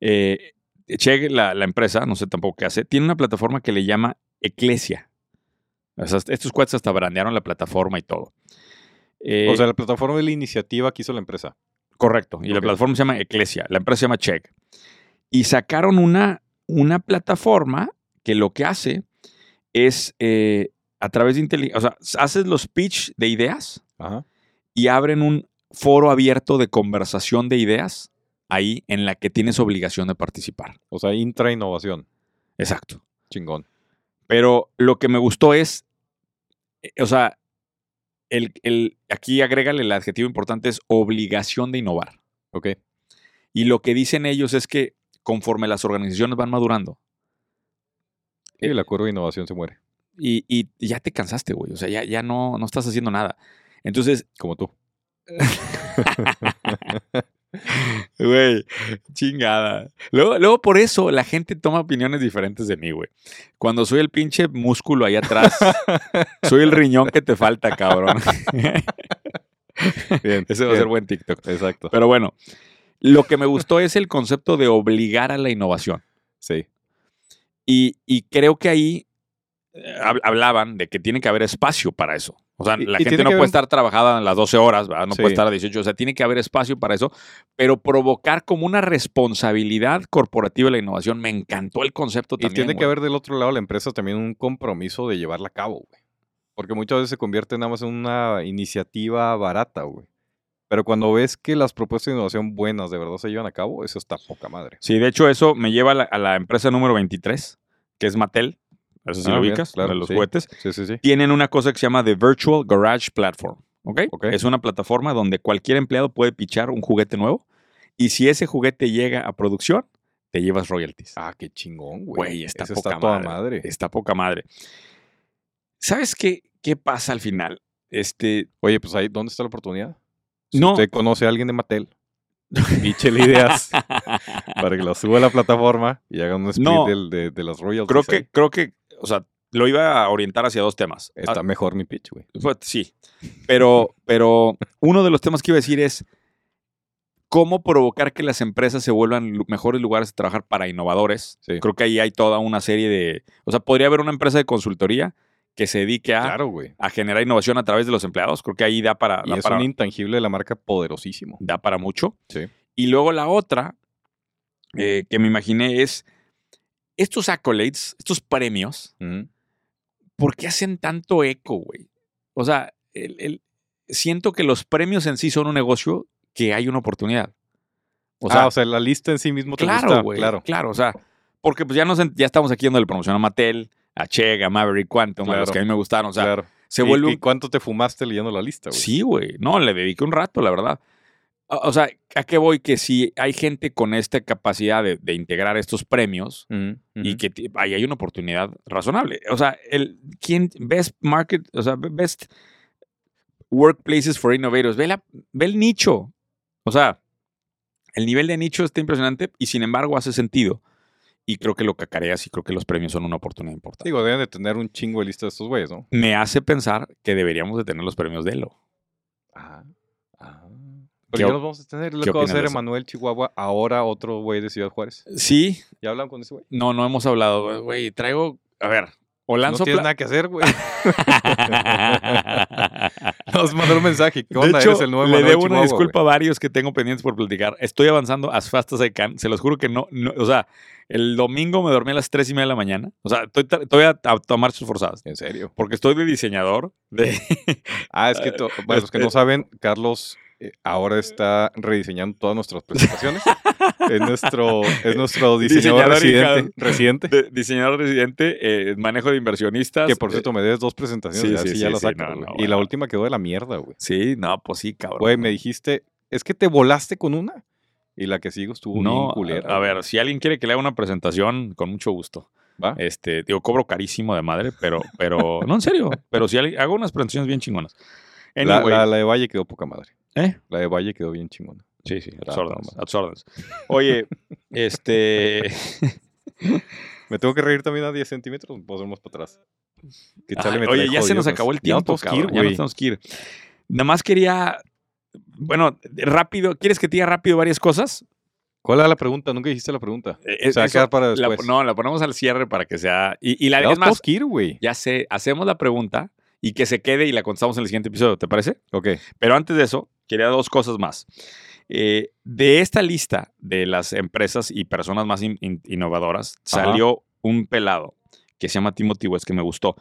Speaker 1: eh, Check, la, la empresa, no sé tampoco qué hace, tiene una plataforma que le llama Eclesia. O sea, estos cuates hasta brandearon la plataforma y todo. Eh,
Speaker 2: o sea, la plataforma de la iniciativa que hizo la empresa.
Speaker 1: Correcto. Y la
Speaker 2: Ok.
Speaker 1: plataforma se llama Eclesia. La empresa se llama Check. Y sacaron una, una plataforma que lo que hace es eh, a través de inteligencia. O sea, haces los pitch de ideas
Speaker 2: Ajá.
Speaker 1: y abren un foro abierto de conversación de ideas ahí en la que tienes obligación de participar.
Speaker 2: O sea, intra innovación.
Speaker 1: Exacto.
Speaker 2: Chingón.
Speaker 1: Pero lo que me gustó es, eh, o sea, el, el, aquí agrégale el adjetivo importante es obligación de innovar.
Speaker 2: Ok.
Speaker 1: Y lo que dicen ellos es que conforme las organizaciones van madurando Eh.
Speaker 2: Y la curva de innovación se muere.
Speaker 1: y, y ya te cansaste, güey, o sea, ya, ya no, no estás haciendo nada. Entonces,
Speaker 2: Como tú.
Speaker 1: güey, chingada. Luego, luego por eso la gente toma opiniones diferentes de mí, güey. Cuando soy el pinche músculo ahí atrás, soy el riñón que te falta, cabrón.
Speaker 2: Bien.
Speaker 1: Ese va a ser
Speaker 2: bien.
Speaker 1: buen TikTok.
Speaker 2: Exacto.
Speaker 1: Pero bueno, lo que me gustó es el concepto de obligar a la innovación.
Speaker 2: Sí.
Speaker 1: Y, y creo que ahí eh, hab- hablaban de que tiene que haber espacio para eso. O sea,
Speaker 2: Y- y
Speaker 1: la
Speaker 2: tiene
Speaker 1: gente no
Speaker 2: que
Speaker 1: puede
Speaker 2: haber-
Speaker 1: estar trabajada las 12 horas, ¿verdad? no puede
Speaker 2: Sí.
Speaker 1: estar a 18, o sea, tiene que haber espacio para eso, pero provocar como una responsabilidad corporativa la innovación. Me encantó el concepto
Speaker 2: Y
Speaker 1: también.
Speaker 2: tiene que
Speaker 1: güey.
Speaker 2: haber del otro lado de la empresa también un compromiso de llevarla a cabo, güey. Porque muchas veces se convierte nada más en una iniciativa barata, güey. Pero cuando ves que las propuestas de innovación buenas de verdad se llevan a cabo, eso está poca madre.
Speaker 1: Sí, de hecho, eso me lleva a la, a la empresa número 23, que es Mattel. Eso sí
Speaker 2: Ah,
Speaker 1: lo
Speaker 2: bien,
Speaker 1: ubicas,
Speaker 2: claro,
Speaker 1: de los
Speaker 2: sí.
Speaker 1: juguetes.
Speaker 2: Sí, sí, sí.
Speaker 1: Tienen una cosa que se llama The Virtual Garage Platform. ¿ok?
Speaker 2: Ok.
Speaker 1: Es una plataforma donde cualquier empleado puede pichar un juguete nuevo. Y si ese juguete llega a producción, te llevas royalties.
Speaker 2: Ah, qué chingón, güey.
Speaker 1: Güey, está
Speaker 2: Eso
Speaker 1: poca
Speaker 2: está toda
Speaker 1: madre.
Speaker 2: madre.
Speaker 1: Está poca madre. ¿Sabes qué, qué pasa al final? Este,
Speaker 2: Oye, pues ahí, ¿dónde está la oportunidad? Si
Speaker 1: no,
Speaker 2: usted conoce a alguien de Mattel, píchele ideas para que la suba a la plataforma y hagan un split
Speaker 1: No.
Speaker 2: del- de, de las royalties.
Speaker 1: creo que,
Speaker 2: ahí.
Speaker 1: creo que, o sea, lo iba a orientar hacia dos temas.
Speaker 2: Está
Speaker 1: Ah,
Speaker 2: mejor mi pitch, güey.
Speaker 1: pues, sí, pero, pero uno de los temas que iba a decir es cómo provocar que las empresas se vuelvan lu- mejores lugares de trabajar para innovadores.
Speaker 2: Sí.
Speaker 1: Creo que ahí hay toda una serie de, o sea, podría haber una empresa de consultoría que se dedique a,
Speaker 2: Claro, güey.
Speaker 1: a generar innovación a través de los empleados. Creo que ahí da para,
Speaker 2: Y
Speaker 1: da
Speaker 2: es
Speaker 1: para
Speaker 2: un intangible de la marca poderosísimo.
Speaker 1: da para mucho.
Speaker 2: Sí.
Speaker 1: Y luego la otra eh, que me imaginé es estos accolades, estos premios,
Speaker 2: Ujú.
Speaker 1: ¿por qué hacen tanto eco, güey? O sea, el- el- siento que los premios en sí son un negocio que hay una oportunidad. O sea,
Speaker 2: ah, o sea, la lista en sí mismo te
Speaker 1: claro,
Speaker 2: gusta.
Speaker 1: güey. Claro.
Speaker 2: Claro.
Speaker 1: o sea, porque pues ya, nos, en- ya estamos aquí dando el promoción a Mattel, a Cheg, a Maverick Quantum, a los
Speaker 2: Claro.
Speaker 1: que a mí me gustaron. O sea,
Speaker 2: claro.
Speaker 1: se
Speaker 2: ¿Y-
Speaker 1: vuelve
Speaker 2: ¿Y,
Speaker 1: un
Speaker 2: cuánto te fumaste leyendo la lista, güey?
Speaker 1: Sí, güey. No, le dediqué un rato, la verdad. O o sea, ¿a qué voy? Que si hay gente con esta capacidad de, de integrar estos premios
Speaker 2: Ujú,
Speaker 1: y
Speaker 2: ujú.
Speaker 1: que ti- ahí hay una oportunidad razonable. O sea, el ¿quién, best market, o sea, be- best workplaces for innovators. Ve, la- ve el nicho. O sea, el nivel de nicho está impresionante y sin embargo hace sentido. Y creo que lo cacareas y creo que los premios son una oportunidad importante.
Speaker 2: Digo, deben de tener un chingo de lista de estos güeyes, ¿no?
Speaker 1: Me hace pensar que deberíamos de tener los premios de Elo.
Speaker 2: Ah, ah.
Speaker 1: ¿Qué
Speaker 2: Pero
Speaker 1: op-
Speaker 2: ya los vamos a tener.
Speaker 1: qué
Speaker 2: Lo que va a
Speaker 1: opinas de
Speaker 2: hacer
Speaker 1: eso?
Speaker 2: Emanuel Chihuahua, ahora otro güey de Ciudad Juárez.
Speaker 1: Sí,
Speaker 2: ¿Ya hablan con ese güey?
Speaker 1: no, no hemos hablado. Güey, traigo, a ver, o
Speaker 2: No
Speaker 1: lanzo...
Speaker 2: tienes
Speaker 1: pla-
Speaker 2: nada que hacer, güey. Nos mandó un mensaje. ¿Qué onda?
Speaker 1: de hecho,
Speaker 2: Eres el nuevo
Speaker 1: le
Speaker 2: Emanuel
Speaker 1: debo una
Speaker 2: Chihuahua,
Speaker 1: disculpa a varios que tengo pendientes por platicar. Estoy avanzando as fast as I can. Se los juro que no, no- o sea, el domingo me dormí a las 3 y media de la mañana. O sea, estoy, tra- estoy a, a tomar sus forzadas.
Speaker 2: güey. En serio.
Speaker 1: Porque estoy de diseñador. De,
Speaker 2: Ah, es que to- para los que no
Speaker 1: es-
Speaker 2: saben, Carlos eh, ahora está rediseñando todas nuestras presentaciones. es nuestro, es nuestro diseñador,
Speaker 1: Diseñador in-house.
Speaker 2: residente, residente.
Speaker 1: de diseñador residente, eh, manejo de inversionistas.
Speaker 2: Que por
Speaker 1: Eh,
Speaker 2: cierto me debes dos presentaciones.
Speaker 1: sí,
Speaker 2: a ver
Speaker 1: sí,
Speaker 2: si ya
Speaker 1: sí,
Speaker 2: la
Speaker 1: sí,
Speaker 2: sacas,
Speaker 1: no,
Speaker 2: güey.
Speaker 1: no,
Speaker 2: y la
Speaker 1: bueno.
Speaker 2: última quedó de la mierda, güey.
Speaker 1: sí, no, pues sí, cabrón.
Speaker 2: Güey, me dijiste, es que te volaste con una. Y la que sigo estuvo bien
Speaker 1: no,
Speaker 2: culera.
Speaker 1: a
Speaker 2: güey. Ah.
Speaker 1: ver, si alguien quiere que le haga una presentación, con mucho gusto.
Speaker 2: ¿Va?
Speaker 1: Este, digo, cobro carísimo de madre, pero, pero, no, en serio, pero si alguien- hago unas presentaciones bien chingonas.
Speaker 2: La-
Speaker 1: Anyway,
Speaker 2: la, la de Valle quedó poca madre.
Speaker 1: ¿eh?
Speaker 2: La de Valle quedó bien chingona.
Speaker 1: Sí, sí, a tus
Speaker 2: Rata,
Speaker 1: órdenes,
Speaker 2: mamá.
Speaker 1: a tus órdenes. Oye, este.
Speaker 2: Me tengo que reír también a 10 centímetros, pues vamos para atrás. Que chale,
Speaker 1: ay,
Speaker 2: me
Speaker 1: oye,
Speaker 2: trae
Speaker 1: ya se nos
Speaker 2: jodidos.
Speaker 1: acabó el
Speaker 2: Ya nos
Speaker 1: tiempo,
Speaker 2: tenemos que ir,
Speaker 1: cabrón, ya nos
Speaker 2: güey.
Speaker 1: tenemos que ir. Nada más quería. Bueno, rápido, ¿quieres que te diga rápido varias cosas?
Speaker 2: ¿Cuál era la pregunta? Nunca dijiste la pregunta.
Speaker 1: Eh,
Speaker 2: O
Speaker 1: eso-
Speaker 2: sea, queda para
Speaker 1: la-
Speaker 2: después.
Speaker 1: no, la ponemos al cierre para que sea. Y, y la
Speaker 2: Ya
Speaker 1: es
Speaker 2: nos
Speaker 1: más,
Speaker 2: tenemos que ir, güey.
Speaker 1: ya sé, hacemos la pregunta y que se quede y la contestamos en el siguiente episodio, ¿te parece?
Speaker 2: Ok.
Speaker 1: Pero antes de eso, quería dos cosas más. Eh, de esta lista de las empresas y personas más in- in- innovadoras,
Speaker 2: Ajá.
Speaker 1: salió un pelado que se llama Timothy West, que me gustó.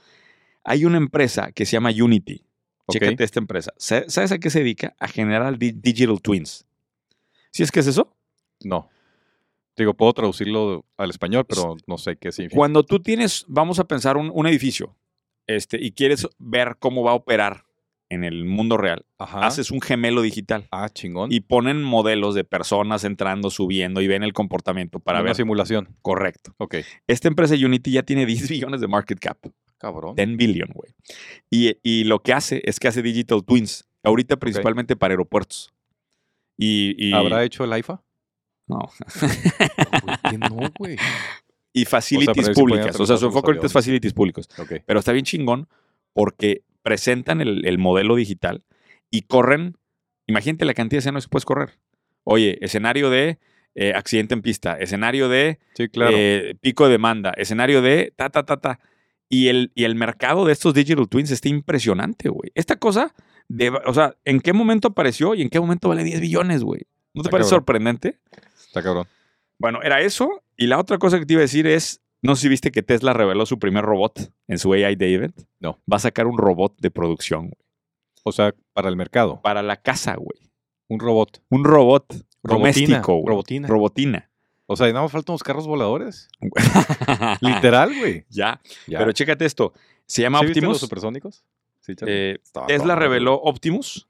Speaker 1: Hay una empresa que se llama Unity.
Speaker 2: ok.
Speaker 1: Chécate esta empresa. Sa- ¿Sabes a qué se dedica? A generar di- digital twins. ¿Si es que es eso?
Speaker 2: No. Digo, puedo traducirlo al español, pero no sé qué significa.
Speaker 1: Cuando tú tienes, vamos a pensar un, un edificio este, y quieres ver cómo va a operar en el mundo real,
Speaker 2: Ajá.
Speaker 1: haces un gemelo digital.
Speaker 2: Ah, chingón.
Speaker 1: y ponen modelos de personas entrando, subiendo y ven el comportamiento para
Speaker 2: Una
Speaker 1: ver.
Speaker 2: simulación.
Speaker 1: Correcto.
Speaker 2: Ok.
Speaker 1: Esta empresa Unity ya tiene 10 billones de market cap.
Speaker 2: Cabrón.
Speaker 1: 10 billion, güey. Y, y lo que hace es que hace digital twins. Ahorita principalmente para aeropuertos. Y, y-
Speaker 2: ¿Habrá hecho el IFA?
Speaker 1: no,
Speaker 2: Güey, que no, güey.
Speaker 1: y facilities
Speaker 2: pero sí pueden
Speaker 1: públicas. O sea,
Speaker 2: aterrizar
Speaker 1: su
Speaker 2: los
Speaker 1: enfoque ahorita es
Speaker 2: aviones.
Speaker 1: facilities públicos.
Speaker 2: Ok.
Speaker 1: Pero está bien chingón porque presentan el, el modelo digital y corren. Imagínate la cantidad de escenarios que puedes correr. Oye, escenario de eh, accidente en pista, escenario de
Speaker 2: Sí, claro.
Speaker 1: eh, pico de demanda, escenario de ta, ta, ta, ta. Y el, y el mercado de estos digital twins está impresionante, güey. Esta cosa, de, o sea, ¿en qué momento apareció y en qué momento vale 10 billones, güey? ¿No te
Speaker 2: Está
Speaker 1: parece
Speaker 2: cabrón.
Speaker 1: sorprendente?
Speaker 2: Está cabrón.
Speaker 1: Bueno, era eso. Y la otra cosa que te iba a decir es, no sé si viste que Tesla reveló su primer robot en su AI Day event.
Speaker 2: No.
Speaker 1: Va a sacar un robot de producción güey,
Speaker 2: O sea, para el mercado.
Speaker 1: para la casa, güey.
Speaker 2: Un robot.
Speaker 1: Un robot
Speaker 2: Robotina.
Speaker 1: doméstico, güey.
Speaker 2: Robotina.
Speaker 1: Robotina.
Speaker 2: O sea, nada más faltan los carros voladores. Literal, güey.
Speaker 1: ya.
Speaker 2: Ya.
Speaker 1: Ah. Pero chécate esto. Se llama
Speaker 2: ¿Sí viste
Speaker 1: Optimus.
Speaker 2: los supersónicos? Sí, Charlie.
Speaker 1: Eh,
Speaker 2: Estaba
Speaker 1: Tesla
Speaker 2: cabrón,
Speaker 1: reveló Optimus.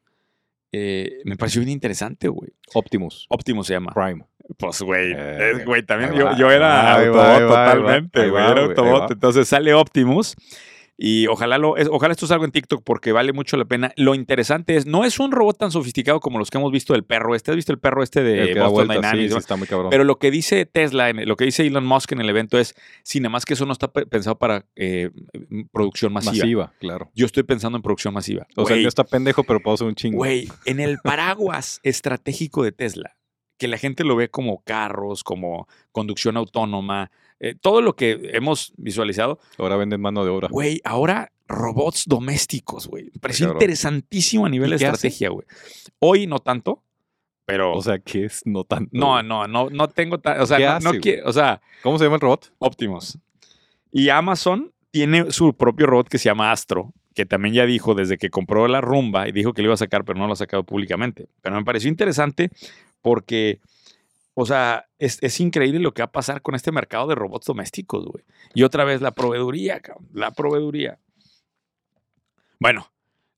Speaker 1: Eh, me pareció bien interesante, güey.
Speaker 2: güey. Optimus
Speaker 1: Optimus se llama.
Speaker 2: Prime.
Speaker 1: Pues, güey,
Speaker 2: Eh,
Speaker 1: es- güey, también
Speaker 2: ahí
Speaker 1: yo,
Speaker 2: va,
Speaker 1: yo era
Speaker 2: ahí
Speaker 1: Autobot
Speaker 2: va, ahí va, ahí va,
Speaker 1: totalmente,
Speaker 2: ahí
Speaker 1: güey,
Speaker 2: va,
Speaker 1: era
Speaker 2: güey, ahí
Speaker 1: Autobot.
Speaker 2: va.
Speaker 1: Entonces sale Optimus y ojalá lo, es- ojalá esto salga en TikTok porque vale mucho la pena. Lo interesante es, no es un robot tan sofisticado como los que hemos visto del perro este. ¿Has visto el perro este
Speaker 2: El
Speaker 1: de
Speaker 2: que da
Speaker 1: Boston
Speaker 2: vueltas, sí,
Speaker 1: Dynamics?
Speaker 2: sí, está muy cabrón.
Speaker 1: Pero lo que dice Tesla, en- lo que dice Elon Musk en el evento es, sí, nada más que eso no está pe- pensado para eh, producción masiva.
Speaker 2: masiva. claro.
Speaker 1: Yo estoy pensando en producción masiva.
Speaker 2: O sea, el
Speaker 1: Güey,
Speaker 2: mío está pendejo, pero puedo hacer un chingo.
Speaker 1: Güey, en el paraguas estratégico de Tesla, que la gente lo ve como carros, como conducción autónoma, eh, todo lo que hemos visualizado,
Speaker 2: Ahora venden mano de obra.
Speaker 1: güey, ahora robots domésticos, güey. Me pareció
Speaker 2: cabrón.
Speaker 1: interesantísimo a nivel
Speaker 2: ¿Y
Speaker 1: de
Speaker 2: qué hace?
Speaker 1: estrategia, güey. Hoy no tanto, pero...
Speaker 2: O sea, que es no tanto.
Speaker 1: no,
Speaker 2: güey.
Speaker 1: no, no, no tengo... ta- O sea,
Speaker 2: ¿Qué
Speaker 1: no,
Speaker 2: hace,
Speaker 1: no qui- o sea,
Speaker 2: ¿Cómo se llama el robot?
Speaker 1: Optimus. Y Amazon tiene su propio robot que se llama Astro, que también ya dijo desde que compró la rumba y dijo que lo iba a sacar, pero no lo ha sacado públicamente. Pero me pareció interesante porque, o sea, es, es increíble lo que va a pasar con este mercado de robots domésticos, güey. Y otra vez la proveeduría, cabrón, la proveeduría. Bueno,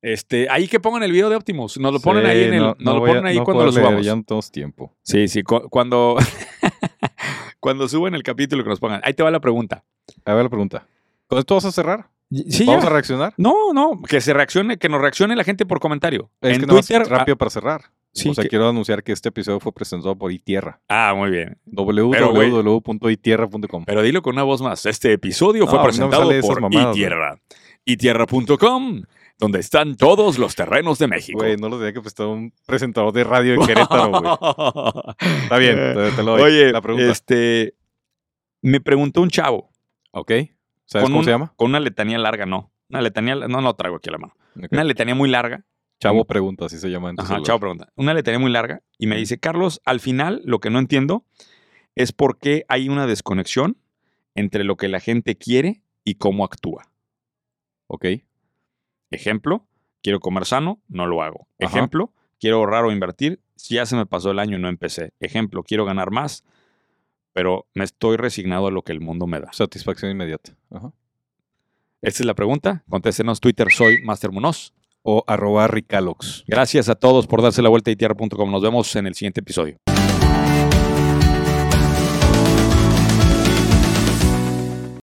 Speaker 1: este, ahí que pongan el video de Optimus. Nos lo ponen
Speaker 2: Sí,
Speaker 1: ahí, en el,
Speaker 2: no-
Speaker 1: nos
Speaker 2: no
Speaker 1: lo
Speaker 2: voy a-
Speaker 1: ponen ahí
Speaker 2: no
Speaker 1: cuando lo
Speaker 2: puedo leer,
Speaker 1: subamos.
Speaker 2: Ya no tenemos tiempo.
Speaker 1: Sí, sí, cu- cuando, cuando suben el capítulo que nos pongan. Ahí te va la pregunta.
Speaker 2: A ver la pregunta. ¿Con esto vas a cerrar?
Speaker 1: Sí,
Speaker 2: Eh, ¿Vamos
Speaker 1: ya.
Speaker 2: a reaccionar?
Speaker 1: No, no, que se reaccione, que nos reaccione la gente por comentario.
Speaker 2: Es
Speaker 1: en
Speaker 2: que nada más
Speaker 1: Twitter, ah,
Speaker 2: rápido para cerrar.
Speaker 1: Sí,
Speaker 2: o sea,
Speaker 1: que-
Speaker 2: quiero anunciar que este episodio fue presentado por iTierra.
Speaker 1: Ah, muy bien. güey.
Speaker 2: www.itierra.com.
Speaker 1: Pero dilo con una voz más. Este episodio
Speaker 2: No,
Speaker 1: fue
Speaker 2: a mí no me
Speaker 1: presentado
Speaker 2: sale de esas
Speaker 1: por
Speaker 2: mamadas, güey.
Speaker 1: iTierra. iTierra.com, donde están todos los terrenos de México.
Speaker 2: Güey, no lo tenía que prestar un presentador de radio de Querétaro, güey. Está bien, te, te lo doy.
Speaker 1: Oye,
Speaker 2: la pregunta.
Speaker 1: este. Me preguntó un chavo
Speaker 2: Ok. ¿Sabes
Speaker 1: con
Speaker 2: cómo
Speaker 1: un-
Speaker 2: se llama?
Speaker 1: con una letanía larga, no. Una letanía, no, no traigo aquí a la mano.
Speaker 2: Ok.
Speaker 1: Una letanía muy larga.
Speaker 2: Chavo pregunta, así se llama. en tu
Speaker 1: Ajá,
Speaker 2: celular.
Speaker 1: chavo pregunta. Una letanía muy larga. Y me dice, Carlos, al final lo que no entiendo es por qué hay una desconexión entre lo que la gente quiere y cómo actúa.
Speaker 2: Ok.
Speaker 1: Ejemplo, quiero comer sano, no lo hago.
Speaker 2: Ajá.
Speaker 1: Ejemplo, quiero ahorrar o invertir, ya se me pasó el año y no empecé. Ejemplo, quiero ganar más, pero me estoy resignado a lo que el mundo me da.
Speaker 2: Satisfacción inmediata. Ajá.
Speaker 1: Esta es la pregunta. Contéstenos Twitter, soy Master Munoz.
Speaker 2: O arroba Ricalox.
Speaker 1: Gracias a todos por darse la vuelta a itr.com. Nos vemos en el siguiente episodio.